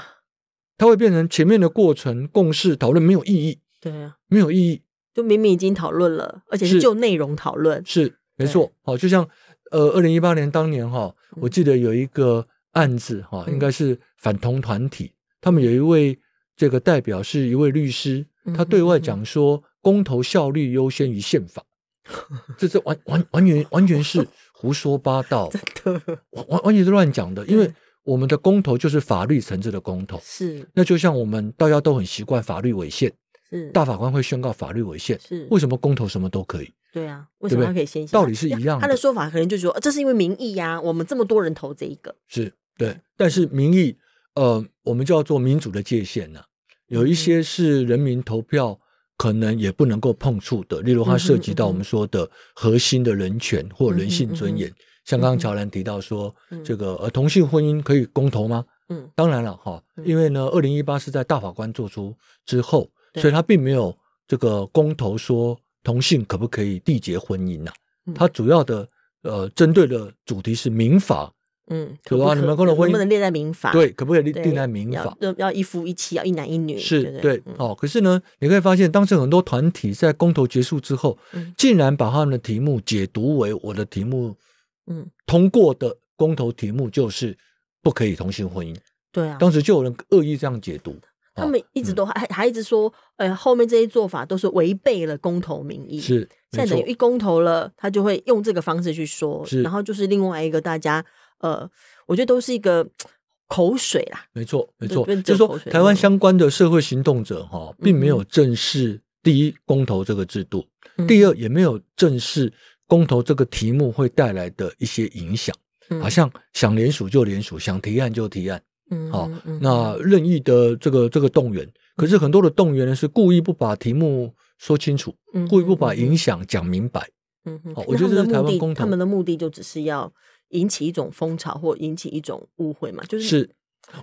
Speaker 2: 它会变成前面的过程共识讨论没有意义，
Speaker 1: 对啊，
Speaker 2: 没有意义
Speaker 1: 就明明已经讨论了，而且是
Speaker 2: 是
Speaker 1: 就内容讨论，
Speaker 2: 是没错。好，就像呃，二零一八年当年哈，我记得有一个案子哈，
Speaker 1: 嗯
Speaker 2: 应该是反同团体，他们有一位这个代表是一位律师
Speaker 1: 嗯，
Speaker 2: 他对外讲说公投效率优先于宪法，这这完完完全完全是胡说八 道，完完完全是乱讲的，因为
Speaker 1: 对
Speaker 2: 我们的公投就是法律层次的公投。
Speaker 1: 是
Speaker 2: 那就像我们大家都很习惯法律违宪，
Speaker 1: 是
Speaker 2: 大法官会宣告法律违宪，
Speaker 1: 是，
Speaker 2: 为什么公投什么都可以？
Speaker 1: 对啊，为什
Speaker 2: 对不
Speaker 1: 么
Speaker 2: 对
Speaker 1: 他可以先行
Speaker 2: 道
Speaker 1: 他
Speaker 2: 理是一
Speaker 1: 他
Speaker 2: 样
Speaker 1: 他的
Speaker 2: 的
Speaker 1: 说法可能就说，呃这是因为民意呀，我们这么多人投这一个，
Speaker 2: 是对，但是民意，呃，我们叫做民主的界限呢、有
Speaker 1: 嗯
Speaker 2: 一些是人民投票可能也不能够碰触的，例如
Speaker 1: 嗯
Speaker 2: 它涉及到我们说的核心的人权或人性尊严。像刚刚乔兰提到说，
Speaker 1: 嗯
Speaker 2: 这个呃同性婚姻可以公投吗？
Speaker 1: 嗯，
Speaker 2: 当然了哈，
Speaker 1: 嗯
Speaker 2: 因为呢，二零一八是在大法官做出之后，
Speaker 1: 对
Speaker 2: 所以他并没有这个公投说同性可不可以缔结婚姻呐、
Speaker 1: 嗯
Speaker 2: 它主要的呃针对的主题是民法
Speaker 1: 嗯，
Speaker 2: 对吧
Speaker 1: 不
Speaker 2: 啊你们跟我
Speaker 1: 能
Speaker 2: 婚
Speaker 1: 不
Speaker 2: 姻
Speaker 1: 能列在民法？
Speaker 2: 对，可不可以立
Speaker 1: 对，
Speaker 2: 定在民法？
Speaker 1: 要要一夫一妻，要一男一女，
Speaker 2: 是
Speaker 1: 对嗯
Speaker 2: 对
Speaker 1: 不对，
Speaker 2: 哦。可是呢，你可以发现，当时很多团体在公投结束之后，
Speaker 1: 嗯
Speaker 2: 竟然把他们的题目解读为我的题目
Speaker 1: 嗯嗯，
Speaker 2: 通过的公投题目就是不可以同性婚姻。
Speaker 1: 对啊，
Speaker 2: 当时啊嗯就有人恶意这样解读，
Speaker 1: 他们一直都还还一直说，呃，后面这些做法都是违背了公投民意。，
Speaker 2: 是
Speaker 1: 嗯现在
Speaker 2: 没
Speaker 1: 等
Speaker 2: 错
Speaker 1: 于，一公投了，他就会用这个方式去说，
Speaker 2: 是
Speaker 1: 然后就是另外一个大家，呃，我觉得都是一个口水啦，
Speaker 2: 没错，没
Speaker 1: 就
Speaker 2: 错。
Speaker 1: 变成
Speaker 2: 就是
Speaker 1: 口
Speaker 2: 说，
Speaker 1: 水
Speaker 2: 台
Speaker 1: 内
Speaker 2: 湾
Speaker 1: 容
Speaker 2: 相关的社会行动者哈、并
Speaker 1: 嗯
Speaker 2: 没有正视第一公投这个制度，
Speaker 1: 嗯
Speaker 2: 第二也没有正视公投这个题目会带来的一些影响。
Speaker 1: 嗯
Speaker 2: 好像想联署就联署，想提案就提案，好，
Speaker 1: 嗯嗯
Speaker 2: 那任意的这个这个动员，可是很多的动员呢是故意不把题目说清楚，
Speaker 1: 嗯
Speaker 2: 故意不把
Speaker 1: 嗯嗯
Speaker 2: 影响讲明白，
Speaker 1: 嗯哼
Speaker 2: 好
Speaker 1: 那
Speaker 2: 我觉
Speaker 1: 他
Speaker 2: 得这
Speaker 1: 们
Speaker 2: 是
Speaker 1: 的
Speaker 2: 台
Speaker 1: 目
Speaker 2: 湾
Speaker 1: 的
Speaker 2: 公
Speaker 1: 他
Speaker 2: 投
Speaker 1: 们的目的就只是要引起一种风潮或引起一种误会嘛，就是
Speaker 2: 是。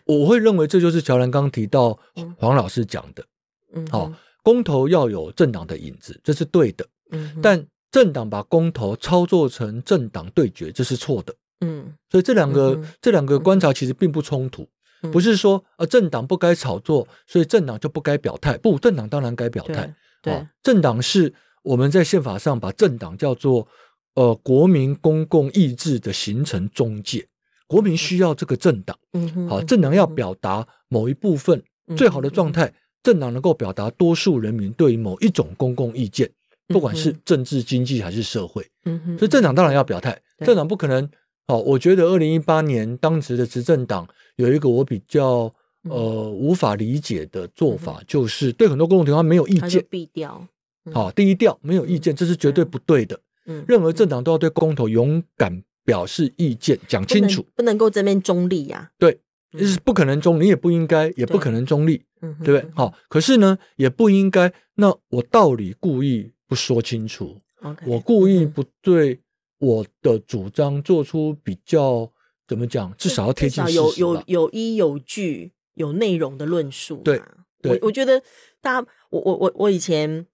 Speaker 2: 我会认为这就是乔兰刚提到
Speaker 1: 嗯
Speaker 2: 黄老师讲的，
Speaker 1: 嗯
Speaker 2: 好、
Speaker 1: 哼，
Speaker 2: 公投要有政党的影子，这是对的，
Speaker 1: 嗯哼
Speaker 2: 但政党把公投操作成政党对决，这是错的。
Speaker 1: 嗯
Speaker 2: 所以这两个、
Speaker 1: 嗯哼
Speaker 2: 这两个观察其实并不冲突，
Speaker 1: 嗯
Speaker 2: 不是说呃政党不该炒作，所以政党就不该表态。不，政党当然该表态
Speaker 1: 对。对
Speaker 2: 啊，政党是我们在宪法上把政党叫做呃国民公共意志的形成中介，国民需要这个政党。
Speaker 1: 嗯哼
Speaker 2: 好，
Speaker 1: 嗯
Speaker 2: 政党
Speaker 1: 哼
Speaker 2: 要
Speaker 1: 嗯
Speaker 2: 表达某一部分
Speaker 1: 嗯
Speaker 2: 最好的
Speaker 1: 嗯
Speaker 2: 状态，政党能够表达多数人民对于某一种公共意见。不管
Speaker 1: 嗯
Speaker 2: 是政治、经济还是社会。
Speaker 1: 嗯哼，
Speaker 2: 所以政党当然要表态，
Speaker 1: 对
Speaker 2: 政党不可能。哦，我觉得二零一八年当时的执政党有一个我比较
Speaker 1: 嗯
Speaker 2: 呃无法理解的做法，就是对很多公共地方没有意
Speaker 1: 他就
Speaker 2: 见。
Speaker 1: 避掉，嗯
Speaker 2: 好、第一调没有意见，这是绝对不对的。
Speaker 1: 嗯，
Speaker 2: 任何政党都要对公投勇敢表示意见，讲
Speaker 1: 不能
Speaker 2: 清楚，
Speaker 1: 不能够这边中立呀，
Speaker 2: 对
Speaker 1: 嗯，
Speaker 2: 就是不可能中，你也不应该，也不可能中立，
Speaker 1: 嗯哼，
Speaker 2: 对不对？好、可是呢，也不应该。那我道理故意不说清楚，
Speaker 1: 嗯，OK，
Speaker 2: 我故意
Speaker 1: 嗯
Speaker 2: 不对我的主张做出比较怎么讲，至少要贴近
Speaker 1: 至
Speaker 2: 事
Speaker 1: 少
Speaker 2: 实
Speaker 1: 有
Speaker 2: 吧。
Speaker 1: 有有依有据、有内容的论述。
Speaker 2: 对，对
Speaker 1: 我我觉得大家，我我我我以前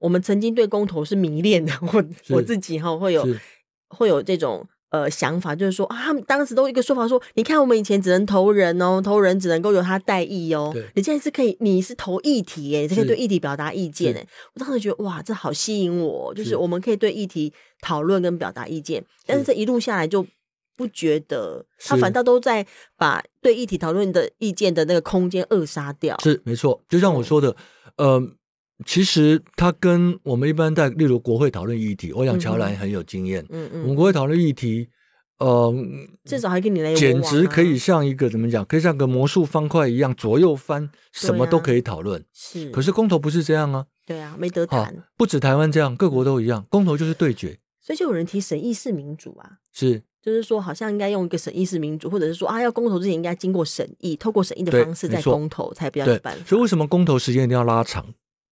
Speaker 1: 我们曾经对公投是迷恋的，我
Speaker 2: 是
Speaker 1: 我自己哈会有
Speaker 2: 是
Speaker 1: 会有这种。呃，想法就是说啊，他们当时都有一个说法说，你看我们以前只能投人哦，投人只能够由他代议哦
Speaker 2: 对，
Speaker 1: 你现在是可以，你是投议题耶，你是可以
Speaker 2: 是
Speaker 1: 对议题表达意见
Speaker 2: 是
Speaker 1: 哎，我当时觉得哇，这好吸引我哦，就是
Speaker 2: 是
Speaker 1: 我们可以对议题讨论跟表达意见，但是
Speaker 2: 是
Speaker 1: 这一路下来就不觉得，他
Speaker 2: 是
Speaker 1: 反倒都在把对议题讨论的意见的那个空间扼杀掉。
Speaker 2: 是没错，就像我说的，呃，其实它跟我们一般在例如国会讨论议题，我
Speaker 1: 嗯
Speaker 2: 想
Speaker 1: 哼
Speaker 2: 乔兰很有经验，
Speaker 1: 嗯
Speaker 2: 我们
Speaker 1: 嗯，
Speaker 2: 国会讨论议题，呃，
Speaker 1: 至少还跟你来、啊、
Speaker 2: 简直可以像一个怎么讲，可以像个魔术方块一样左右翻，什
Speaker 1: 对
Speaker 2: 么
Speaker 1: 啊
Speaker 2: 都可以讨论。
Speaker 1: 是，
Speaker 2: 可是公投不是这样啊，
Speaker 1: 对啊，没得
Speaker 2: 好
Speaker 1: 谈，，
Speaker 2: 不止台湾这样，各国都一样，公投就是对决，
Speaker 1: 所以就有人提审议式民主啊。
Speaker 2: 是
Speaker 1: 就是说，好像应该用一个审议式民主，或者是说啊，要公投之前应该经过审议，透过审议的
Speaker 2: 对
Speaker 1: 方式再
Speaker 2: 没错
Speaker 1: 公投才比较有
Speaker 2: 对
Speaker 1: 办法。。
Speaker 2: 所以为什么公投时间一定要拉长？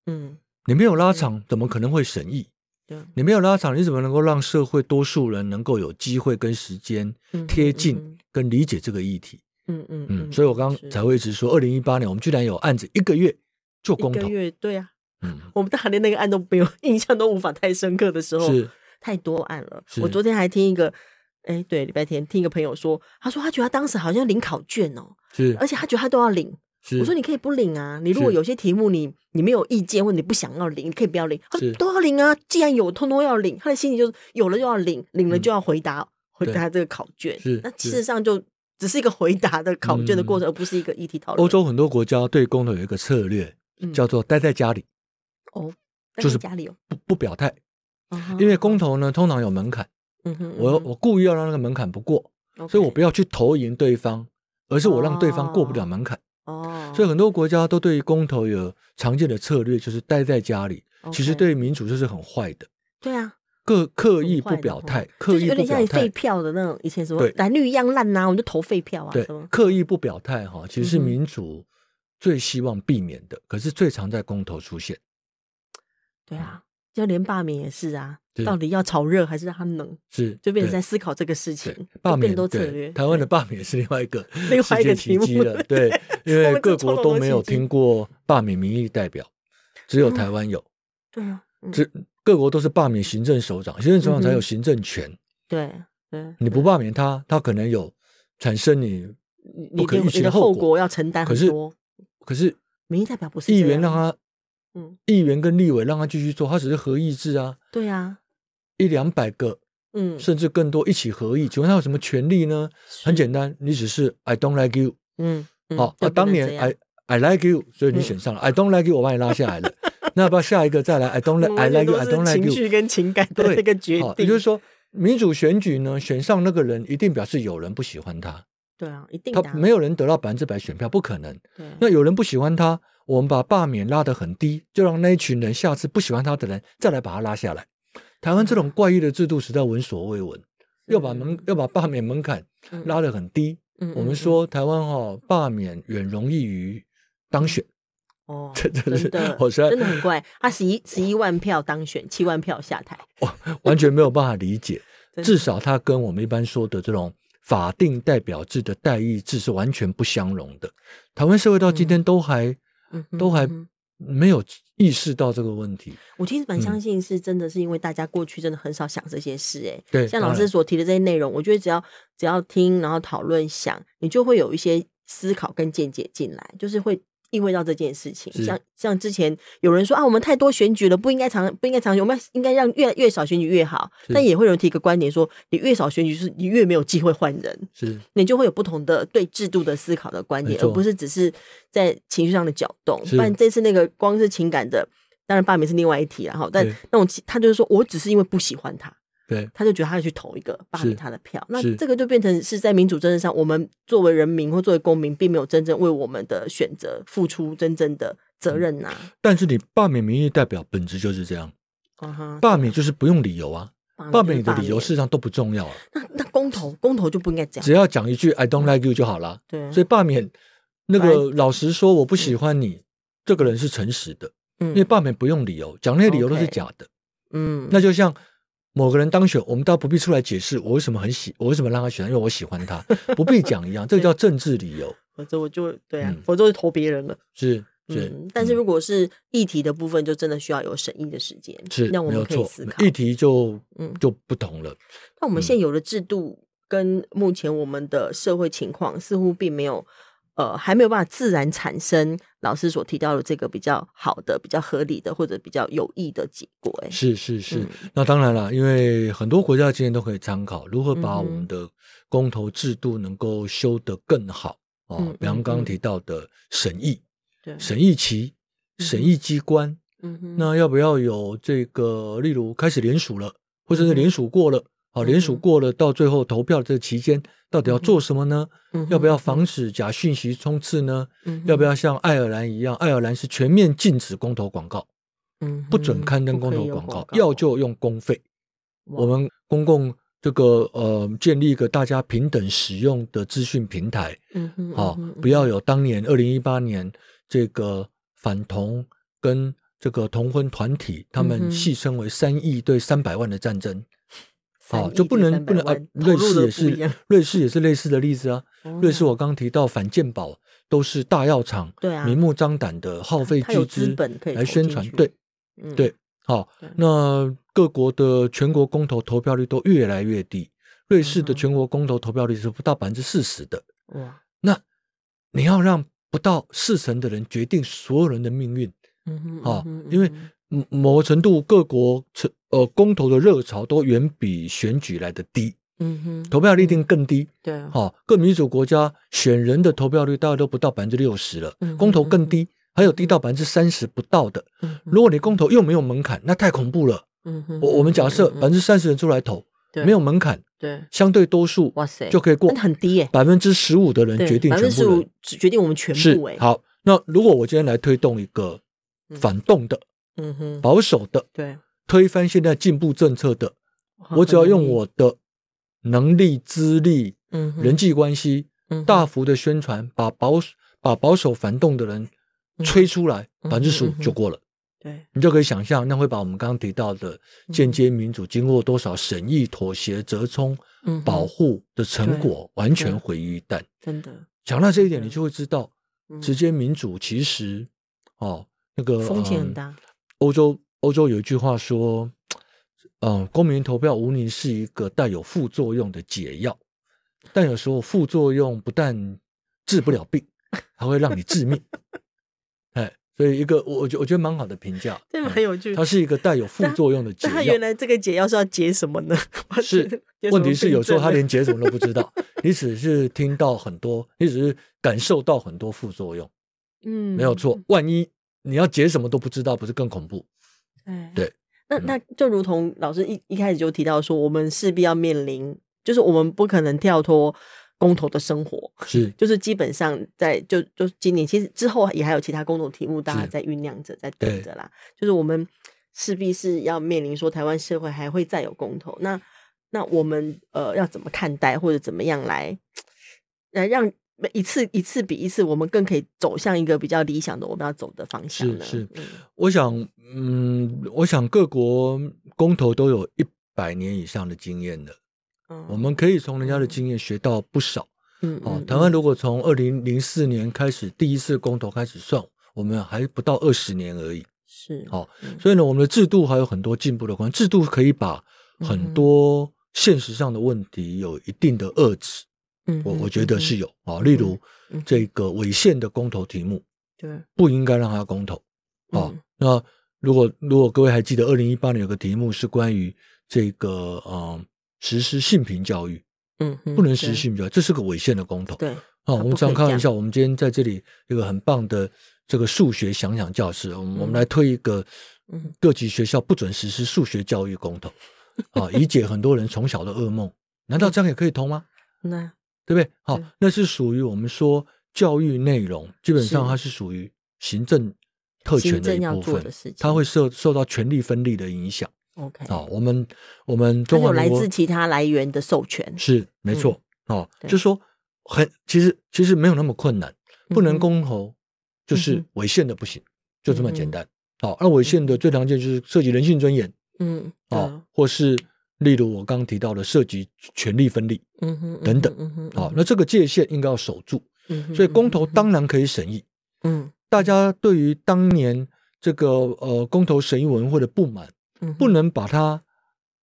Speaker 1: 嗯，
Speaker 2: 你没有拉长，怎么可能会审议？
Speaker 1: 对，啊
Speaker 2: 你没有拉长，你怎么能够让社会多数人能够有机会跟时间
Speaker 1: 嗯
Speaker 2: 贴近跟理解这个议题？
Speaker 1: 嗯嗯
Speaker 2: 嗯，所以我刚
Speaker 1: 是
Speaker 2: 刚才会一直说，二零一八年我们居然有案子一个月做
Speaker 1: 一
Speaker 2: 公
Speaker 1: 个
Speaker 2: 投，
Speaker 1: 月，对啊，
Speaker 2: 嗯，
Speaker 1: 我们大家连那个案都没有 印象，都无法太深刻的时候，
Speaker 2: 是
Speaker 1: 太多案了。
Speaker 2: 是
Speaker 1: 我昨天还听一个，哎，对，礼拜天听一个朋友说，他说他觉得他当时好像领考卷哦，
Speaker 2: 是
Speaker 1: 而且他觉得他都要领。
Speaker 2: 是，
Speaker 1: 我说你可以不领啊，你如果
Speaker 2: 是
Speaker 1: 有些题目你你没有意见或者你不想要领，你可以不要领。他说
Speaker 2: 是
Speaker 1: 都要领啊，既然有，通通要领。他的心情就是有了就要领，领了
Speaker 2: 嗯
Speaker 1: 就要回答、回
Speaker 2: 对
Speaker 1: 答这个考卷
Speaker 2: 是。
Speaker 1: 那
Speaker 2: 是嗯
Speaker 1: 事实上就只是一个回答的考卷的过程，而不是一个议题讨论。
Speaker 2: 欧洲很多国家对公投有一个策略，
Speaker 1: 嗯
Speaker 2: 叫做待在家里
Speaker 1: 哦，
Speaker 2: 就
Speaker 1: 就是是家里有，
Speaker 2: 不不表态，
Speaker 1: 嗯哼
Speaker 2: 因为公投呢通常有门槛，
Speaker 1: 嗯哼，
Speaker 2: 我我故意要让那个门槛不过，
Speaker 1: 我
Speaker 2: 所以我不要去投赢对方，而是我让对方过不
Speaker 1: 啊
Speaker 2: 了门槛。
Speaker 1: 哦，
Speaker 2: 所以很多国家都对于公投有常见的策略，就是待在家里，其实
Speaker 1: 哦 OK
Speaker 2: 对民主这是很坏的，
Speaker 1: 对啊，
Speaker 2: 刻刻意
Speaker 1: 很坏的
Speaker 2: 不表
Speaker 1: 哦
Speaker 2: 态，
Speaker 1: 就
Speaker 2: 刻
Speaker 1: 是
Speaker 2: 意
Speaker 1: 有
Speaker 2: 不
Speaker 1: 点像
Speaker 2: 表
Speaker 1: 你废
Speaker 2: 态，
Speaker 1: 票的那种，以前什么
Speaker 2: 对
Speaker 1: 蓝绿一样烂呐，我们就投废票啊，
Speaker 2: 对
Speaker 1: 什么，
Speaker 2: 刻意不表态哈，其实
Speaker 1: 嗯
Speaker 2: 是
Speaker 1: 哼
Speaker 2: 民主最希望避免的，可是最常在公投出现。
Speaker 1: 对啊，就连罢免也是啊，
Speaker 2: 是
Speaker 1: 到底要炒热还是让它冷？
Speaker 2: 是，
Speaker 1: 就变
Speaker 2: 对
Speaker 1: 成在思考这个事情
Speaker 2: 对，罢
Speaker 1: 就变
Speaker 2: 免
Speaker 1: 很多策
Speaker 2: 对
Speaker 1: 略。
Speaker 2: 台湾的
Speaker 1: 对
Speaker 2: 罢免是另外一个
Speaker 1: 另外一个
Speaker 2: 世界奇
Speaker 1: 题
Speaker 2: 迹
Speaker 1: 目
Speaker 2: 了，
Speaker 1: 对
Speaker 2: 对，因为
Speaker 1: 们
Speaker 2: 各
Speaker 1: 真的
Speaker 2: 国
Speaker 1: 超
Speaker 2: 都
Speaker 1: 多奇
Speaker 2: 没有
Speaker 1: 迹
Speaker 2: 听过罢免民意代表，只有台湾有，
Speaker 1: 对啊，嗯
Speaker 2: 这各国都是罢免行政首长，行政首长
Speaker 1: 嗯
Speaker 2: 才有
Speaker 1: 哼
Speaker 2: 行政权，
Speaker 1: 对对，
Speaker 2: 你不
Speaker 1: 对
Speaker 2: 罢免他，他可能有产生你
Speaker 1: 你
Speaker 2: 不
Speaker 1: 你
Speaker 2: 可
Speaker 1: 的
Speaker 2: 预
Speaker 1: 你
Speaker 2: 期
Speaker 1: 的
Speaker 2: 后
Speaker 1: 后果要承担
Speaker 2: 可
Speaker 1: 很
Speaker 2: 是
Speaker 1: 多。
Speaker 2: 可是
Speaker 1: 民意代表不是
Speaker 2: 议
Speaker 1: 这
Speaker 2: 员让
Speaker 1: 样
Speaker 2: 他，
Speaker 1: 嗯，
Speaker 2: 议员跟立委让他继续做，他只是合议制啊，
Speaker 1: 对啊，
Speaker 2: 一两百个
Speaker 1: 嗯，
Speaker 2: 甚至更多一起合议，请问他有什么权利呢？很
Speaker 1: 单，
Speaker 2: 简单，你只是 I don't like you。
Speaker 1: 嗯，嗯
Speaker 2: 好、
Speaker 1: 就不
Speaker 2: 啊，当
Speaker 1: 能
Speaker 2: 年
Speaker 1: 这样
Speaker 2: I I like you，所以你
Speaker 1: 嗯
Speaker 2: 选上了、i don't like you，我把你拉下来 了。那要不要下一个再来？I don't
Speaker 1: 我
Speaker 2: like
Speaker 1: 们
Speaker 2: I
Speaker 1: 完全
Speaker 2: like you，I
Speaker 1: 都是
Speaker 2: don't like
Speaker 1: 情
Speaker 2: you。
Speaker 1: 绪跟情感的
Speaker 2: 对
Speaker 1: 那个决
Speaker 2: 好也
Speaker 1: 定，
Speaker 2: 就是说，民主选举呢，选上那个人一定表示有人不喜欢他，
Speaker 1: 对啊，一定
Speaker 2: 他
Speaker 1: 的啊，
Speaker 2: 没有人得到百分之百选票，不可能。
Speaker 1: 对啊
Speaker 2: 那有人不喜欢他，我们把罢免拉得很低，就让那一群人下次不喜欢他的人再来把他拉下来。台湾这
Speaker 1: 嗯
Speaker 2: 种怪异的制度实在闻所未闻，要把门要把罢免门槛
Speaker 1: 嗯
Speaker 2: 拉得很低。
Speaker 1: 嗯
Speaker 2: 我
Speaker 1: 嗯
Speaker 2: 们
Speaker 1: 嗯
Speaker 2: 说台湾哈、哦、罢免远容易于当选，
Speaker 1: 哦，
Speaker 2: 这真
Speaker 1: 真
Speaker 2: 的是
Speaker 1: 的
Speaker 2: 我实在
Speaker 1: 真的很怪，他十一十一万票当选，七万票下台，
Speaker 2: 完全没有办法理解。
Speaker 1: 真
Speaker 2: 至
Speaker 1: 的
Speaker 2: 少它跟我们一般说的这种法定代表制的代议制是完全不相容的。台湾社会到今天都还、
Speaker 1: 嗯哼
Speaker 2: 都还
Speaker 1: 嗯哼
Speaker 2: 没有意识到这个问题。
Speaker 1: 我其实蛮
Speaker 2: 嗯
Speaker 1: 相信是真的是因为大家过去真的很少想这些事、欸，
Speaker 2: 对
Speaker 1: 像
Speaker 2: 当
Speaker 1: 老师
Speaker 2: 然
Speaker 1: 所提的这些内容，我觉得只要只要听，然后讨论想，你就会有一些思考跟见解进来，就是会。意味到这件事情，
Speaker 2: 是
Speaker 1: 像像之前有人说啊，我们太多选举了，不应该常不应该常选，我们要应该让越越少选举越好。
Speaker 2: 是
Speaker 1: 但也会有人提一个观点说，你越少选举，就是你越没有机会换人，
Speaker 2: 是
Speaker 1: 你就会有不同的对制度的思考的观点，
Speaker 2: 没
Speaker 1: 而
Speaker 2: 错
Speaker 1: 不是只是在情绪上的搅动。
Speaker 2: 是
Speaker 1: 不然这次那个光是情感的，当然罢免是另外一题了哈。但
Speaker 2: 对
Speaker 1: 那种其他就是说我只是因为不喜欢他，
Speaker 2: 对
Speaker 1: 他就觉得他要去投一个罢免
Speaker 2: 是
Speaker 1: 他的票。那
Speaker 2: 是
Speaker 1: 这个就变成是在民主政治上，我们作为人民或作为公民，并没有真正为我们的选择付出真正的责任呐、
Speaker 2: 但是你罢免民意代表本质就是这样，
Speaker 1: 啊哈，
Speaker 2: 罢免就是不用理由啊，罢免你的理由
Speaker 1: 就是
Speaker 2: 事实上都不重要啊，
Speaker 1: 罢免那那公投，公投就不应该这样
Speaker 2: 只。要讲一句 “I don't like you” 就好了。
Speaker 1: 对啊，
Speaker 2: 所以罢免那
Speaker 1: 反
Speaker 2: 个老实说，我不喜欢你这个人是诚实的，因为
Speaker 1: 嗯
Speaker 2: 罢免不用理由，讲那些理由都是
Speaker 1: OK
Speaker 2: 假的。
Speaker 1: 嗯，
Speaker 2: 那就像某个人当选，我们倒不必出来解释我为什么很喜，我为什么让他选，因为我喜欢他，不必讲一样，这个叫政治理由，
Speaker 1: 否则我就对啊
Speaker 2: 嗯，
Speaker 1: 否则我就投别人了。
Speaker 2: 是是、
Speaker 1: 嗯，但是
Speaker 2: 嗯
Speaker 1: 如果是议题的部分，就真的需要有审议的时间，
Speaker 2: 是
Speaker 1: 让我
Speaker 2: 没
Speaker 1: 们
Speaker 2: 有
Speaker 1: 可以
Speaker 2: 错
Speaker 1: 思考，
Speaker 2: 议嗯题就
Speaker 1: 嗯
Speaker 2: 就不同了。
Speaker 1: 那我们现有的制度跟目前我们的社会情况似乎并没有，呃，还没有办法自然产生老师所提到的这个比较好的、比较合理的或者比较有益的结果、哎，
Speaker 2: 是是是，
Speaker 1: 嗯
Speaker 2: 那当然了，因为很多国家的经验都可以参考，如何把
Speaker 1: 嗯哼
Speaker 2: 我们的公投制度能够修得更好啊、
Speaker 1: 嗯
Speaker 2: 比方刚
Speaker 1: 嗯嗯
Speaker 2: 刚提到的审议、
Speaker 1: 对，
Speaker 2: 审议
Speaker 1: 嗯
Speaker 2: 期、
Speaker 1: 哼
Speaker 2: 审议机关，
Speaker 1: 嗯哼，
Speaker 2: 那要不要有这个，例如开始联署了，或者
Speaker 1: 嗯
Speaker 2: 是
Speaker 1: 哼
Speaker 2: 联署过了，好、
Speaker 1: 嗯哼
Speaker 2: 联署过了，到最后投票这期间，到底要做什么呢？
Speaker 1: 嗯哼
Speaker 2: 要不要防止假讯息冲刺呢？
Speaker 1: 嗯哼
Speaker 2: 要不要像爱尔兰一样，爱尔兰是全面禁止公投广告，
Speaker 1: 嗯哼
Speaker 2: 不准刊登
Speaker 1: 不
Speaker 2: 公
Speaker 1: 可以
Speaker 2: 投
Speaker 1: 有
Speaker 2: 广告，
Speaker 1: 告
Speaker 2: 要就用公费。
Speaker 1: 哇
Speaker 2: 我们公共这个呃，建立一个大家平等使用的资讯平台，
Speaker 1: 嗯哼
Speaker 2: 好、
Speaker 1: 嗯哼
Speaker 2: 不要有当年二零一八年这个反同跟这个同婚团体，他
Speaker 1: 嗯哼
Speaker 2: 们戏称为三亿对三百万的战争，
Speaker 1: 三
Speaker 2: 好、
Speaker 1: 亿
Speaker 2: 就不
Speaker 1: 对
Speaker 2: 能不
Speaker 1: 300
Speaker 2: 能啊
Speaker 1: 万，
Speaker 2: 瑞
Speaker 1: 投入
Speaker 2: 士
Speaker 1: 的
Speaker 2: 也
Speaker 1: 不一样
Speaker 2: 是，瑞士也是类似的例子啊，瑞士
Speaker 1: 哦
Speaker 2: 我刚提到反健保都是大药厂
Speaker 1: 对啊
Speaker 2: 明目张胆的耗费
Speaker 1: 它有
Speaker 2: 巨
Speaker 1: 资
Speaker 2: 资
Speaker 1: 本可以
Speaker 2: 来
Speaker 1: 投
Speaker 2: 宣
Speaker 1: 进
Speaker 2: 传，
Speaker 1: 去
Speaker 2: 对，
Speaker 1: 嗯
Speaker 2: 对好、
Speaker 1: 对
Speaker 2: 那各国的全国公投投票率都越来越低，瑞士的
Speaker 1: 嗯哼
Speaker 2: 全国公投投票率是不到百分之四十的。
Speaker 1: 哇，
Speaker 2: 那你要让不到四成的人决定所有人的命运
Speaker 1: 嗯哼
Speaker 2: 啊、
Speaker 1: 嗯哼
Speaker 2: 因为
Speaker 1: 嗯
Speaker 2: 某某个程度各国成呃公投的热潮都远比选举来的低，
Speaker 1: 嗯哼
Speaker 2: 投票率一定更低。
Speaker 1: 对啊，
Speaker 2: 好、各民主国家选人的投票率大概都不到百分之六十了
Speaker 1: 嗯，
Speaker 2: 公投更低，还有低到百分之三十不到的。
Speaker 1: 嗯哼
Speaker 2: 如果你公投又没有门槛，那太恐怖了。
Speaker 1: 嗯哼
Speaker 2: 我我们假设
Speaker 1: 嗯嗯
Speaker 2: 百
Speaker 1: 嗯
Speaker 2: 分之三十人出来投，
Speaker 1: 对
Speaker 2: 没有门槛，
Speaker 1: 对，
Speaker 2: 相对多数
Speaker 1: 哇塞，
Speaker 2: 就可以过
Speaker 1: 那很低耶，
Speaker 2: 百分之十五的人
Speaker 1: 对
Speaker 2: 决定
Speaker 1: 百分
Speaker 2: 全
Speaker 1: 之十
Speaker 2: 部
Speaker 1: 五
Speaker 2: 人
Speaker 1: 决定我们全
Speaker 2: 是
Speaker 1: 部哎，
Speaker 2: 好。那如果我今天来推动一个
Speaker 1: 嗯
Speaker 2: 反动的、
Speaker 1: 嗯哼，
Speaker 2: 保守的、
Speaker 1: 对，
Speaker 2: 推翻现在进步政策的，我只要用我的能力、资历、
Speaker 1: 嗯哼
Speaker 2: 人际关系
Speaker 1: 嗯哼
Speaker 2: 大幅的宣传，把保把保守反动的人
Speaker 1: 嗯
Speaker 2: 吹出来，
Speaker 1: 嗯哼
Speaker 2: 百分之十五
Speaker 1: 嗯哼
Speaker 2: 就过了。
Speaker 1: 对，
Speaker 2: 你就可以想象，那会把我们刚刚提到的
Speaker 1: 嗯
Speaker 2: 间接民主经过多少审议、妥协、折冲、
Speaker 1: 嗯哼
Speaker 2: 保护的成果，完全毁于一旦。
Speaker 1: 真的
Speaker 2: 讲到这一点，
Speaker 1: 对
Speaker 2: 你就会知道，
Speaker 1: 嗯
Speaker 2: 直接民主其实哦，那个
Speaker 1: 风险很。
Speaker 2: 嗯
Speaker 1: 大，
Speaker 2: 欧洲欧洲有一句话说，嗯，公民投票无疑是一个带有副作用的解药，但有时候副作用不但治不了病，还会让你致命。哎，所以一个我我觉我觉得蛮好的 评价，
Speaker 1: 这
Speaker 2: 哎
Speaker 1: 蛮有趣
Speaker 2: 它。是一个带有副作用的解
Speaker 1: 那他
Speaker 2: 药
Speaker 1: 原。来这个解药是要解什么呢？ 我要
Speaker 2: 是
Speaker 1: 解解什
Speaker 2: 问
Speaker 1: 么
Speaker 2: 题是
Speaker 1: 病
Speaker 2: 有时候
Speaker 1: 症
Speaker 2: 他
Speaker 1: 呢
Speaker 2: 连解什么都不知道，你只是听到很多，你只是感受到很多副作用，
Speaker 1: 嗯
Speaker 2: 没有错。万一你要解什么都不知道，不是更恐怖？
Speaker 1: 哎
Speaker 2: 对，
Speaker 1: 那
Speaker 2: 嗯
Speaker 1: 那就如同老师一一开始就提到说，我们势必要面临，就是我们不可能跳脱公投的生活，
Speaker 2: 是
Speaker 1: 嗯就是基本上在就就今年，其实之后也还有其他公投题目，大家
Speaker 2: 是
Speaker 1: 在酝酿着，在
Speaker 2: 对
Speaker 1: 等着啦。就是我们势必是要面临说，台湾社会还会再有公投，那那我们呃要怎么看待，或者怎么样来来让每一次一次比一次，我们更可以走向一个比较理想的我们要走的方向
Speaker 2: 是
Speaker 1: 呢？
Speaker 2: 是
Speaker 1: 嗯，
Speaker 2: 我想，嗯，我想各国公投都有一百年以上的经验了，
Speaker 1: 嗯
Speaker 2: 我们可以从人家的
Speaker 1: 嗯
Speaker 2: 经验学到不少。
Speaker 1: 嗯
Speaker 2: 哦
Speaker 1: 嗯，
Speaker 2: 台湾如果从二零零四年开始第一次公投开始算，我们还不到二十年而已。
Speaker 1: 是
Speaker 2: 好
Speaker 1: 嗯
Speaker 2: 所以呢，我们的制度还有很多进步的空间，制度可以把
Speaker 1: 嗯哼
Speaker 2: 很多现实上的问题有一定的遏制。
Speaker 1: 嗯
Speaker 2: 我
Speaker 1: 哼
Speaker 2: 我觉得是
Speaker 1: 嗯
Speaker 2: 有啊、哦，例如
Speaker 1: 嗯哼
Speaker 2: 这个违宪的公投题目
Speaker 1: 哼
Speaker 2: 不应该让它公投。
Speaker 1: 对
Speaker 2: 哦
Speaker 1: 嗯，
Speaker 2: 那如果如果各位还记得，二零一八年有个题目是关于这个嗯实施性平教育，
Speaker 1: 嗯哼
Speaker 2: 不能实
Speaker 1: 对
Speaker 2: 施性平教育，这是个违宪的公投。
Speaker 1: 对
Speaker 2: 哦，
Speaker 1: 它
Speaker 2: 我
Speaker 1: 不
Speaker 2: 们
Speaker 1: 可以
Speaker 2: 常开
Speaker 1: 这样
Speaker 2: 玩笑，我们今天在这里有个很棒的这个数学想想教室，我们我们
Speaker 1: 嗯
Speaker 2: 来推一个
Speaker 1: 嗯
Speaker 2: 各级学校不准实施数学教育公 投，啊，以解很多人从小的噩梦。难
Speaker 1: 嗯
Speaker 2: 道这样也可以通吗？
Speaker 1: 那
Speaker 2: 对不对？好
Speaker 1: 嗯，
Speaker 2: 那是属于我们说教育内容，基本上它是属于行政特权
Speaker 1: 行
Speaker 2: 的
Speaker 1: 政
Speaker 2: 一
Speaker 1: 要
Speaker 2: 部
Speaker 1: 做
Speaker 2: 分
Speaker 1: 的，事情，
Speaker 2: 它会受受到权力分立的影响
Speaker 1: OK，
Speaker 2: 啊。我们我们
Speaker 1: 它
Speaker 2: 中华
Speaker 1: 有来
Speaker 2: 民国
Speaker 1: 自其他来源的授权，
Speaker 2: 是没错哦，
Speaker 1: 对
Speaker 2: 就说很其实其实没有那么困难，不
Speaker 1: 嗯
Speaker 2: 能
Speaker 1: 哼
Speaker 2: 公投就是
Speaker 1: 嗯
Speaker 2: 违宪的不行，就这么
Speaker 1: 嗯哼
Speaker 2: 简单。好，那违宪的最常见就是涉及人性尊严
Speaker 1: 嗯，
Speaker 2: 哦，或是例如我刚提到的涉及权力分立
Speaker 1: 对，嗯哼，
Speaker 2: 等等
Speaker 1: 嗯哼，嗯哼
Speaker 2: 哦，那这个界限应该要守住。
Speaker 1: 嗯哼
Speaker 2: 所以公投，
Speaker 1: 嗯
Speaker 2: 当然可以审议。
Speaker 1: 哼
Speaker 2: 大家对于当年这个呃公投审议委员会的不满，
Speaker 1: 嗯嗯，
Speaker 2: 不能把它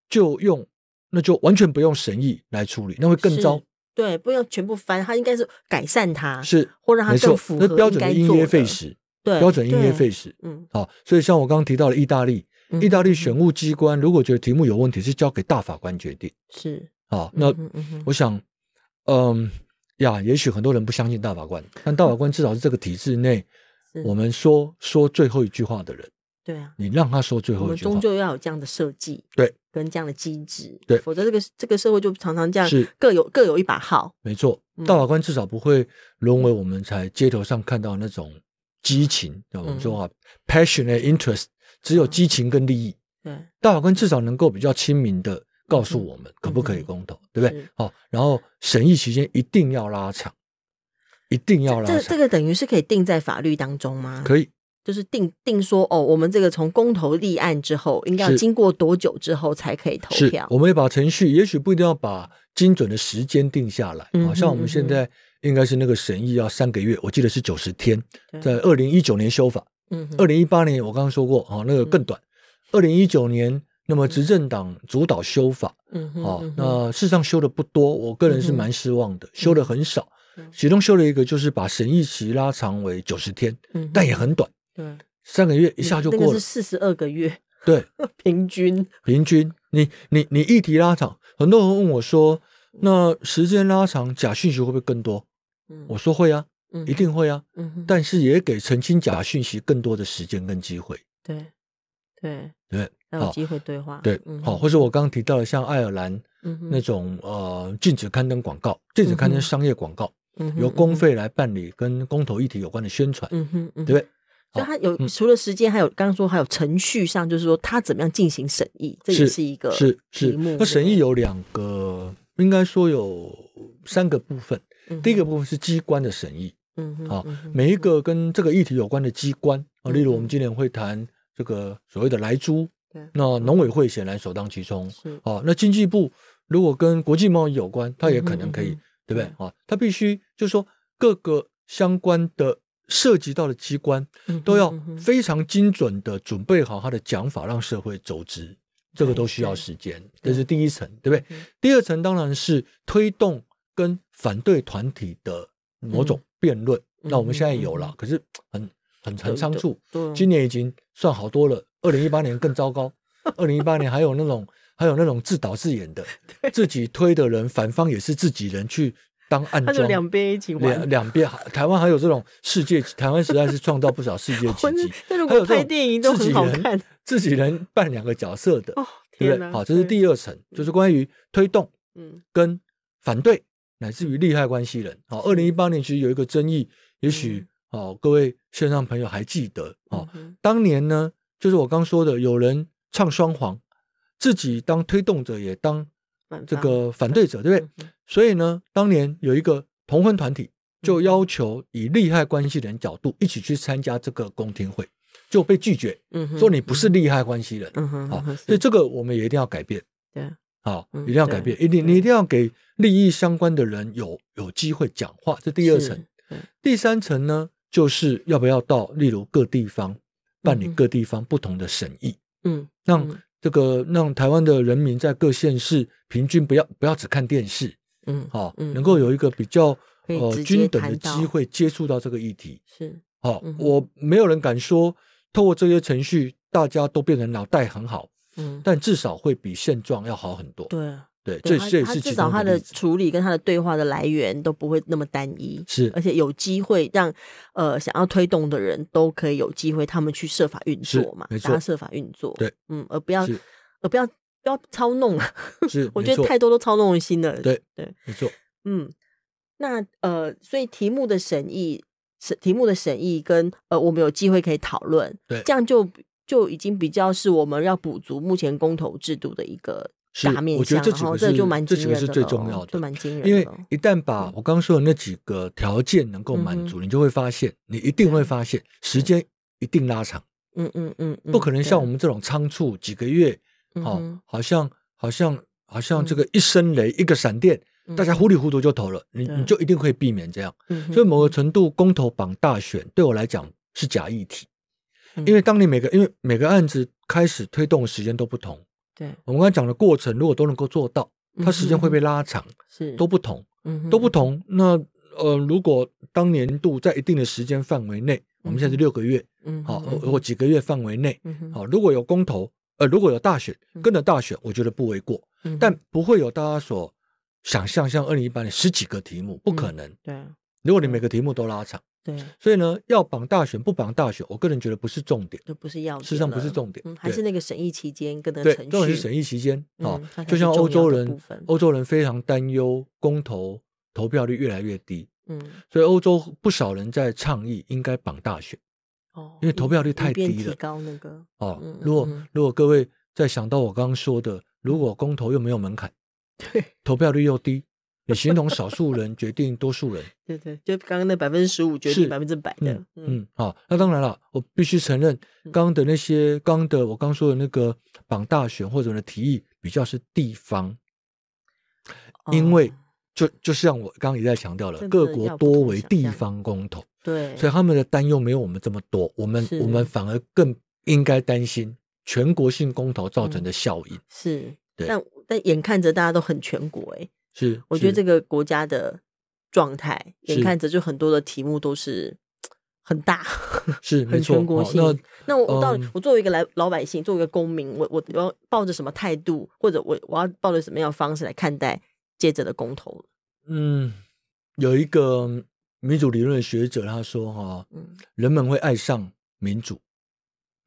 Speaker 2: 就用，那就完全不用审议来处理，那会更
Speaker 1: 是
Speaker 2: 糟。
Speaker 1: 对，不要全部翻，它应该是改善它，
Speaker 2: 是，
Speaker 1: 或让它
Speaker 2: 没
Speaker 1: 更
Speaker 2: 错
Speaker 1: 符，
Speaker 2: 那
Speaker 1: 合
Speaker 2: 标
Speaker 1: 应
Speaker 2: 准
Speaker 1: 该
Speaker 2: 的音
Speaker 1: 做
Speaker 2: 乐
Speaker 1: 的
Speaker 2: 费时，
Speaker 1: 对，
Speaker 2: 标准音乐
Speaker 1: 对，
Speaker 2: 费时。
Speaker 1: 嗯，
Speaker 2: 好、所以像我刚刚提到的意大利，
Speaker 1: 嗯
Speaker 2: 意大利
Speaker 1: 哼
Speaker 2: 选务机关如果觉得题目有问题，是交给大法官决定。
Speaker 1: 是，
Speaker 2: 好、那
Speaker 1: 嗯哼嗯哼
Speaker 2: 我想，嗯呀，也许很多人不相信大法官，但大法官至少是这个体制内，
Speaker 1: 是
Speaker 2: 我们说说最后一句话的人。
Speaker 1: 对啊，
Speaker 2: 你让他说最
Speaker 1: 我
Speaker 2: 后一
Speaker 1: 们
Speaker 2: 句话
Speaker 1: 终，究要有这样的设计，
Speaker 2: 对，
Speaker 1: 跟这样的机制，
Speaker 2: 对
Speaker 1: 否则这个这个社会就常常这样，
Speaker 2: 是
Speaker 1: 各有各有一把号，
Speaker 2: 没错
Speaker 1: 嗯，
Speaker 2: 大法官至少不会沦为我们在街头上看到那种激情，我们
Speaker 1: 嗯
Speaker 2: 说啊，passionate interest，只有激情跟利益。
Speaker 1: 对，
Speaker 2: 大法官至少能够比较亲民的告诉我们可不可以公投，对不
Speaker 1: 嗯
Speaker 2: 对
Speaker 1: 是？
Speaker 2: 好，然后审议期间一定要拉长，一定要拉
Speaker 1: 这这
Speaker 2: 长，
Speaker 1: 个等于是可以定在法律当中吗？
Speaker 2: 可以
Speaker 1: 就是定定说哦，我们这个从公投立案之后，应该要
Speaker 2: 是
Speaker 1: 经过多久之后才可以投
Speaker 2: 是
Speaker 1: 票，？
Speaker 2: 我们也把程序，也许不一定要把精准的时间定下来，
Speaker 1: 嗯
Speaker 2: 好
Speaker 1: 哼
Speaker 2: 像我们
Speaker 1: 嗯
Speaker 2: 现
Speaker 1: 哼
Speaker 2: 在应该是那个审议要三个月，我记得是九十天，
Speaker 1: 对
Speaker 2: 在二零一九年修法。
Speaker 1: 嗯哼，
Speaker 2: 二零一八年我刚刚说过哦，那个更短。二零一九年，那么执政党主导修法
Speaker 1: 嗯哼
Speaker 2: 哦
Speaker 1: 嗯，哼
Speaker 2: 那事实上修的不多，我个人是
Speaker 1: 嗯哼
Speaker 2: 蛮失望的，修的很少
Speaker 1: 嗯。
Speaker 2: 其中修了一个就是把审议期拉长为九十天，
Speaker 1: 嗯哼
Speaker 2: 但也很短，
Speaker 1: 对，
Speaker 2: 三个月一下就
Speaker 1: 那
Speaker 2: 过
Speaker 1: 个
Speaker 2: 了
Speaker 1: 是。四十二个月
Speaker 2: 对，
Speaker 1: 平均，
Speaker 2: 平均你你你议题拉长，很多人问我说，那时间拉长假讯息会不会更多？
Speaker 1: 嗯
Speaker 2: 我说会啊，
Speaker 1: 嗯
Speaker 2: 一，定会啊，
Speaker 1: 嗯哼，
Speaker 2: 但是也给澄清假讯息更多的时间跟机会，
Speaker 1: 对对，
Speaker 2: 对不
Speaker 1: 要
Speaker 2: 对？
Speaker 1: 有
Speaker 2: 好，
Speaker 1: 机会对话，
Speaker 2: 对，好、
Speaker 1: 嗯
Speaker 2: 或者我刚刚提到的像爱尔兰那
Speaker 1: 那
Speaker 2: 种呃禁止刊登广告、禁止刊
Speaker 1: 嗯
Speaker 2: 登
Speaker 1: 哼
Speaker 2: 商业广告，由公，费来办理跟公投议题有关的宣传，
Speaker 1: 嗯哼嗯哼，嗯哼
Speaker 2: 对不对？
Speaker 1: 所以
Speaker 2: 好
Speaker 1: 它有
Speaker 2: 嗯
Speaker 1: 除了时间，还有刚刚说还有程序上，就是说它怎么样进行审议，这也
Speaker 2: 是
Speaker 1: 是一个
Speaker 2: 是
Speaker 1: 题
Speaker 2: 是
Speaker 1: 目。，
Speaker 2: 那审议
Speaker 1: 对
Speaker 2: 有两个，应该说有三个部分。
Speaker 1: 不对
Speaker 2: 第一个，部分是机关的审议，
Speaker 1: 嗯哼
Speaker 2: 好，
Speaker 1: 嗯哼
Speaker 2: 每一个跟这个议题有关的机关啊，
Speaker 1: 嗯
Speaker 2: 例如我
Speaker 1: 嗯
Speaker 2: 们今年会谈这个所谓的莱猪
Speaker 1: 对，
Speaker 2: 那农委会显然首当其冲，
Speaker 1: 是
Speaker 2: 哦，那经济部如果跟国际贸易有关，它也
Speaker 1: 嗯哼
Speaker 2: 可能可以，
Speaker 1: 嗯哼
Speaker 2: 对不对
Speaker 1: 对？
Speaker 2: 啊，它必须就是说各个相关的涉及到的机关
Speaker 1: 嗯哼
Speaker 2: 都要
Speaker 1: 嗯哼
Speaker 2: 非常精准的准备好他的讲法，让社会周知，这个
Speaker 1: 对
Speaker 2: 都需要
Speaker 1: 对
Speaker 2: 时间，
Speaker 1: 对
Speaker 2: 这是第一层，对不对？
Speaker 1: 嗯
Speaker 2: 第二层当然是推动跟反对团体的某种辩论，
Speaker 1: 嗯
Speaker 2: 那我们现在有
Speaker 1: 嗯
Speaker 2: 了，可是很很
Speaker 1: 有
Speaker 2: 很仓促，
Speaker 1: 对
Speaker 2: 今年已经算好多了，二零一八年更糟 糕。二零一八年还有那种还有那种自导 自演的，自己推的人，反方也是自己人去当暗
Speaker 1: 它就
Speaker 2: 桩，
Speaker 1: 两边一起玩
Speaker 2: 两。两边台湾还有这种世界，台湾实在是创造不少世界
Speaker 1: 我
Speaker 2: 奇
Speaker 1: 是
Speaker 2: 迹。
Speaker 1: 那如
Speaker 2: 还有
Speaker 1: 果
Speaker 2: 这种
Speaker 1: 拍电影都
Speaker 2: 自
Speaker 1: 很
Speaker 2: 己
Speaker 1: 好
Speaker 2: 人
Speaker 1: 看
Speaker 2: 自己人扮两个角色的，
Speaker 1: 哦，
Speaker 2: 对不
Speaker 1: 天
Speaker 2: 对？
Speaker 1: 哪！
Speaker 2: 好，这是
Speaker 1: 对
Speaker 2: 第二层，就是关于推动
Speaker 1: 嗯
Speaker 2: 跟反对，乃至于利害关系人。好，二零一八年其实有一个争议，也许哦，各位线上朋友还记得哦，
Speaker 1: 嗯
Speaker 2: 当年呢，就是我刚说的，有人唱双簧，自己当推动者也当
Speaker 1: 哼
Speaker 2: 这个哎反对者，对不对？
Speaker 1: 嗯哼
Speaker 2: 所以呢，当年有一个同婚团
Speaker 1: 嗯
Speaker 2: 体就要求以利害关系人角度一起去参加这个公听会，就被拒绝，
Speaker 1: 嗯哼
Speaker 2: 说你不是利害关系人。
Speaker 1: 嗯哼
Speaker 2: 好
Speaker 1: 嗯哼，
Speaker 2: 所以
Speaker 1: 是
Speaker 2: 这个我们也一定要改变。
Speaker 1: 对
Speaker 2: 好，
Speaker 1: 嗯
Speaker 2: 一定要改变，一定
Speaker 1: 对
Speaker 2: 你一定要给利益相关的人有有机会讲话，这第二
Speaker 1: 是
Speaker 2: 层
Speaker 1: 对。
Speaker 2: 第三层呢，就是要不要到例如各地方办理
Speaker 1: 嗯哼
Speaker 2: 各地方不同的审议，
Speaker 1: 嗯嗯
Speaker 2: 让这个让台湾的人民在各县市平均不要不要只看电视，
Speaker 1: 嗯
Speaker 2: 好、
Speaker 1: 嗯
Speaker 2: 能够有一个比较
Speaker 1: 可以直
Speaker 2: 呃
Speaker 1: 接
Speaker 2: 均等的
Speaker 1: 谈到
Speaker 2: 机会接触到这个议题。
Speaker 1: 是
Speaker 2: 好、
Speaker 1: 嗯哼
Speaker 2: 我没有人敢说透过这些程序大家都变成脑袋很好，
Speaker 1: 嗯
Speaker 2: 但至少会比现状要好很多。
Speaker 1: 对啊
Speaker 2: 对，
Speaker 1: 对
Speaker 2: 这
Speaker 1: 他
Speaker 2: 这也
Speaker 1: 他
Speaker 2: 是
Speaker 1: 至
Speaker 2: 其
Speaker 1: 少
Speaker 2: 中
Speaker 1: 他
Speaker 2: 一个
Speaker 1: 的
Speaker 2: 例子
Speaker 1: 处理跟他的对话的来源都不会那么单一，
Speaker 2: 是
Speaker 1: 而且有机会让呃想要推动的人都可以有机会，他们去设法运
Speaker 2: 是
Speaker 1: 作嘛，
Speaker 2: 没
Speaker 1: 大家
Speaker 2: 错
Speaker 1: 设法运作，
Speaker 2: 对，
Speaker 1: 嗯，而不要
Speaker 2: 是
Speaker 1: 而不要不要操弄了，
Speaker 2: 是，
Speaker 1: 我
Speaker 2: 没
Speaker 1: 觉得
Speaker 2: 错
Speaker 1: 太多都操弄人心了，
Speaker 2: 对
Speaker 1: 对，
Speaker 2: 没错，
Speaker 1: 嗯，那呃，所以题目的审议审题目的审议跟呃，我们有机会可以讨论，
Speaker 2: 对
Speaker 1: 这样就就已经比较是我们要补足目前公投制度的一个
Speaker 2: 是
Speaker 1: 大面
Speaker 2: 我觉
Speaker 1: 向，
Speaker 2: 得这
Speaker 1: 然
Speaker 2: 几
Speaker 1: 后
Speaker 2: 个
Speaker 1: 这
Speaker 2: 是
Speaker 1: 就蛮
Speaker 2: 这
Speaker 1: 惊
Speaker 2: 几个
Speaker 1: 人
Speaker 2: 是
Speaker 1: 的
Speaker 2: 最
Speaker 1: 咯
Speaker 2: 重要
Speaker 1: 就
Speaker 2: 的
Speaker 1: 蛮惊人的，哦
Speaker 2: 因为一旦把我刚刚说的那几个条件能够
Speaker 1: 嗯哼
Speaker 2: 满足，你就会发现，你一定会发现时间一定拉长，
Speaker 1: 嗯嗯嗯，嗯
Speaker 2: 不可能像我
Speaker 1: 对
Speaker 2: 们这种仓促几个月，
Speaker 1: 嗯
Speaker 2: 哦，好像好像好像这
Speaker 1: 嗯
Speaker 2: 个一声雷一个闪电，
Speaker 1: 哼
Speaker 2: 大家糊里糊涂就投了，你
Speaker 1: 嗯对
Speaker 2: 你就一定会避免这样。
Speaker 1: 嗯哼
Speaker 2: 所以某个程度，公投榜大选对我来讲是假议题
Speaker 1: 嗯，
Speaker 2: 因为当你每个因为每个案子开始推动的时间都不同，
Speaker 1: 对
Speaker 2: 我们刚才讲的过程如果都能够做到，它时间会被
Speaker 1: 嗯
Speaker 2: 拉长，
Speaker 1: 哼是
Speaker 2: 都不同，
Speaker 1: 嗯哼
Speaker 2: 都不同。那呃，如果当年度在一定的时间范围内，我们现在是
Speaker 1: 嗯
Speaker 2: 六个月，
Speaker 1: 嗯
Speaker 2: 好、
Speaker 1: 哼
Speaker 2: 或、几个月范围内，
Speaker 1: 嗯哼
Speaker 2: 好、如果有公投，呃，如果有大选，跟着大选，我觉得不为过，
Speaker 1: 嗯哼
Speaker 2: 但不会有大家所想象，像二零一八年十几个题目，不
Speaker 1: 嗯
Speaker 2: 可能。
Speaker 1: 对啊
Speaker 2: 如果你
Speaker 1: 嗯
Speaker 2: 每个题目都拉长，
Speaker 1: 对
Speaker 2: 所以呢，要绑大选不绑大选，我个人觉得不是重点，
Speaker 1: 这不是要
Speaker 2: 事实上
Speaker 1: 点
Speaker 2: 不是
Speaker 1: 了
Speaker 2: 重点
Speaker 1: 嗯还
Speaker 2: 对
Speaker 1: 是那个审议期间跟那个
Speaker 2: 对，
Speaker 1: 程
Speaker 2: 重点
Speaker 1: 序
Speaker 2: 是审议期间啊
Speaker 1: 嗯它，才
Speaker 2: 就是像
Speaker 1: 重
Speaker 2: 欧
Speaker 1: 要
Speaker 2: 洲
Speaker 1: 的
Speaker 2: 人
Speaker 1: 部分，
Speaker 2: 欧洲人非常担忧公投投票率越来越低，
Speaker 1: 嗯
Speaker 2: 所以欧洲不少人在倡议应该绑大选
Speaker 1: 哦，
Speaker 2: 因为投
Speaker 1: 以
Speaker 2: 票率
Speaker 1: 以
Speaker 2: 太
Speaker 1: 便
Speaker 2: 低
Speaker 1: 提
Speaker 2: 了
Speaker 1: 高那个
Speaker 2: 哦
Speaker 1: 嗯。
Speaker 2: 如果
Speaker 1: 嗯
Speaker 2: 如果各位再想到我刚刚说的，如果公投又没有门槛，
Speaker 1: 对
Speaker 2: 投票率又低，你形同少数人决定多数人，
Speaker 1: 对对，就刚刚那百分之十五决定
Speaker 2: 是
Speaker 1: 百分之百的
Speaker 2: 嗯，嗯，好，那当然了，我必须承认，
Speaker 1: 嗯
Speaker 2: 刚刚的那些，刚刚的我刚说的那个绑大选或者呢提议，比较是地方，嗯因为
Speaker 1: 哦
Speaker 2: 就就像我刚刚也在强调了，
Speaker 1: 真的
Speaker 2: 各国
Speaker 1: 要不
Speaker 2: 多
Speaker 1: 同
Speaker 2: 为
Speaker 1: 想
Speaker 2: 地
Speaker 1: 象
Speaker 2: 方公投，
Speaker 1: 对，
Speaker 2: 所以他们的担忧没有我们这么多，我们
Speaker 1: 是
Speaker 2: 我们反而更应该担心全国性公投造
Speaker 1: 嗯
Speaker 2: 成的效应。
Speaker 1: 是，
Speaker 2: 对
Speaker 1: 但但眼看着大家都很全国哎，
Speaker 2: 是，
Speaker 1: 我觉得这
Speaker 2: 个
Speaker 1: 个国家的状态，眼
Speaker 2: 是
Speaker 1: 看着就很多的题目都是很大，
Speaker 2: 是没
Speaker 1: 很
Speaker 2: 错。
Speaker 1: 全国
Speaker 2: 好
Speaker 1: 性。
Speaker 2: 那
Speaker 1: 那我我到底
Speaker 2: 嗯
Speaker 1: 我作为一个来老百姓，作为一个公民，我我我要抱着什么态度，或者我我要抱着什么样的方式来看待接着的公投？
Speaker 2: 嗯，有一个民主理论的学者他说哈、
Speaker 1: 嗯，
Speaker 2: 人们会爱上民主，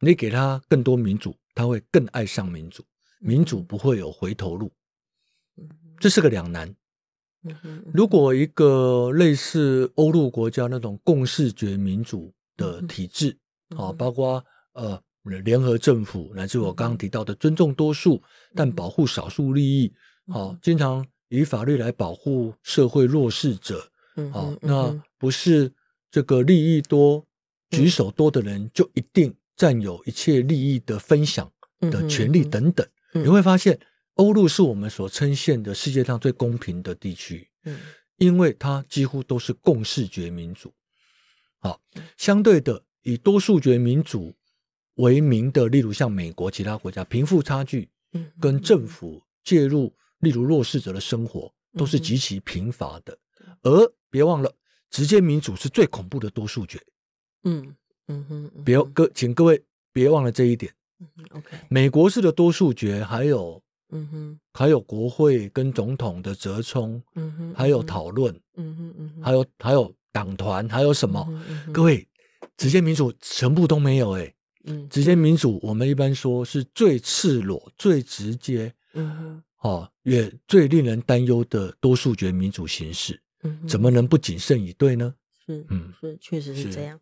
Speaker 2: 你给他更多民主，他会更爱上民主。民主不会有回头路，
Speaker 1: 嗯
Speaker 2: 这是个两难。
Speaker 1: 嗯哼，嗯
Speaker 2: 如果一个类似欧陆国家那种共视觉民主的
Speaker 1: 嗯
Speaker 2: 体制，
Speaker 1: 哼
Speaker 2: 啊，
Speaker 1: 嗯哼嗯
Speaker 2: 包括呃联合政府，乃至我刚刚提到的尊重多数但保护少数利益，
Speaker 1: 嗯
Speaker 2: 啊
Speaker 1: 哼，
Speaker 2: 经常以法律来保护社会弱势者，
Speaker 1: 嗯
Speaker 2: 啊
Speaker 1: 哼，嗯
Speaker 2: 那
Speaker 1: 哼
Speaker 2: 不是这个利益多、
Speaker 1: 嗯
Speaker 2: 举手多的人就一定占有一切利益的分享
Speaker 1: 嗯
Speaker 2: 的
Speaker 1: 哼
Speaker 2: 权利
Speaker 1: 嗯哼
Speaker 2: 等等，
Speaker 1: 嗯
Speaker 2: 你会发现欧陆是我们所称羡的世界上最公平的地区。
Speaker 1: 嗯
Speaker 2: 因为它几乎都是共视觉民主。好，
Speaker 1: 嗯
Speaker 2: 相对的，以多数决民主为名的，例如像美国其他国家，贫富差距
Speaker 1: 嗯哼
Speaker 2: 跟政府介入，例如弱势者的生活，都是
Speaker 1: 嗯哼
Speaker 2: 极其贫乏的。而别忘了，直接民主是最恐怖的多数决。
Speaker 1: 嗯嗯哼，嗯
Speaker 2: 别
Speaker 1: 哼
Speaker 2: 各，请各位别忘了这一点。
Speaker 1: 嗯 OK，
Speaker 2: 美国式的多数决，还有
Speaker 1: 嗯哼
Speaker 2: 还有国会跟总统的折冲，
Speaker 1: 嗯哼，
Speaker 2: 还有
Speaker 1: 嗯哼，
Speaker 2: 讨论，
Speaker 1: 嗯哼嗯哼，
Speaker 2: 还有还有党团，还有什么？
Speaker 1: 嗯哼
Speaker 2: 各，位，直接民主全部都没有哎、
Speaker 1: 嗯哼
Speaker 2: 直接民主我们一般说是最赤裸、最直接
Speaker 1: 嗯哼
Speaker 2: 哦，也最令人担忧的多数决民主形式，
Speaker 1: 嗯哼，
Speaker 2: 怎么能不谨慎以对呢？
Speaker 1: 是
Speaker 2: 嗯，
Speaker 1: 是，确实是
Speaker 2: 是嗯
Speaker 1: 这样。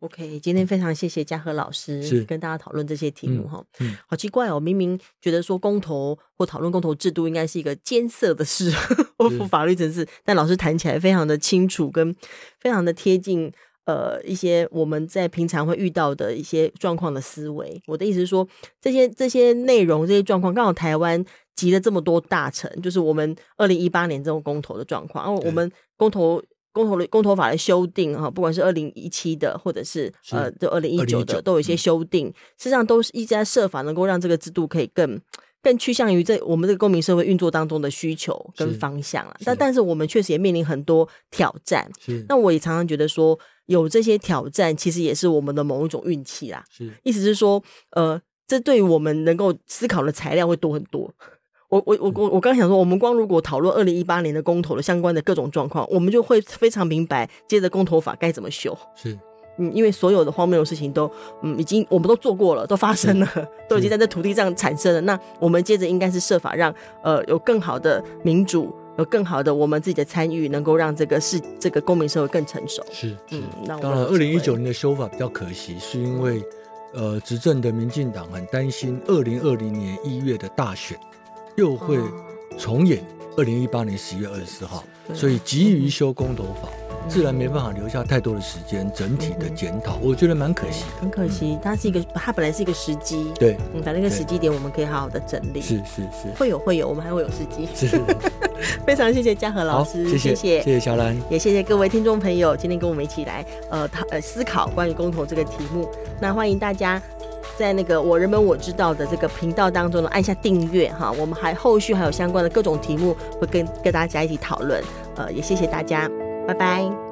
Speaker 1: OK，今天非常谢谢嘉禾老师
Speaker 2: 是
Speaker 1: 跟大家讨论这些题目哈、
Speaker 2: 嗯
Speaker 1: 好奇怪哦，明明觉得说公投或讨论公投制度应该是一个艰涩的事， 或
Speaker 2: 是
Speaker 1: 法律层次，但老师谈起来非常的清楚，跟非常的贴近。呃，一些我们在平常会遇到的一些状况的思维，我的意思是说，这些这些内容、这些状况，刚好台湾集了这么多大臣，就是我们二零一八年这种公投的状况，然后我
Speaker 2: 对
Speaker 1: 们公投公投的公投法的修订哈，不管是二零一七的，或者是
Speaker 2: 是
Speaker 1: 呃，就二零一九
Speaker 2: 2019
Speaker 1: 的，都有一些
Speaker 2: 嗯
Speaker 1: 修订，事实上都是一直在设法能够让这个制度可以更。更趋向于在我们这个公民社会运作当中的需求跟
Speaker 2: 是
Speaker 1: 方向了，
Speaker 2: 是嗯
Speaker 1: 但但是我们确实也面临很多挑战。
Speaker 2: 是
Speaker 1: 那我也常常觉得说，有这些挑战，其实也是我们的某一种运气啦。
Speaker 2: 是
Speaker 1: 意思是说，呃，这对于我们能够思考的材料会多很多。我我我我我刚想说，我们光如果讨论二零一八年的公投的相关的各种状况，我们就会非常明白，接着公投法该怎么修。
Speaker 2: 是
Speaker 1: 嗯，因为所有的荒谬的事情都，嗯，已经我们都做过了，都发生
Speaker 2: 嗯
Speaker 1: 了，都已经在这土地上产生了。那我们接着应该是设法让，呃，有更好的民主，有更好的我们自己的参与，能够让这个市这个公民社会更成熟。
Speaker 2: 是是
Speaker 1: 嗯。，那我
Speaker 2: 当然，
Speaker 1: 们
Speaker 2: 二零一九年的修法比较可惜，是因为呃，执政的民进党很担心二零二零年一月的大选又会
Speaker 1: 哦
Speaker 2: 重演二零一八年十一月二十四号，
Speaker 1: 对
Speaker 2: 所以急于修公投法，
Speaker 1: 嗯
Speaker 2: 自然没办法留下太多的时间整体的检讨，我觉得蛮可惜的。
Speaker 1: 很可惜，它是一个，它本来是一个时机，
Speaker 2: 对，
Speaker 1: 嗯，反正一个
Speaker 2: 对
Speaker 1: 时机点，我们可以好好的整理。
Speaker 2: 是是是
Speaker 1: 会有会有，我们还会有时机。
Speaker 2: 是，
Speaker 1: 非常谢谢嘉禾 老
Speaker 2: 好，
Speaker 1: 师，
Speaker 2: 谢谢谢谢小兰，
Speaker 1: 也谢谢各位听众朋友，今天跟我们一起来呃讨呃思考关于公投这个题目。那欢迎大家在那个我人们我知道的这个频道当中呢，按下订阅哈。我们还后续还有相关的各种题目会跟跟大家一起讨论。呃，也谢谢大家，拜拜。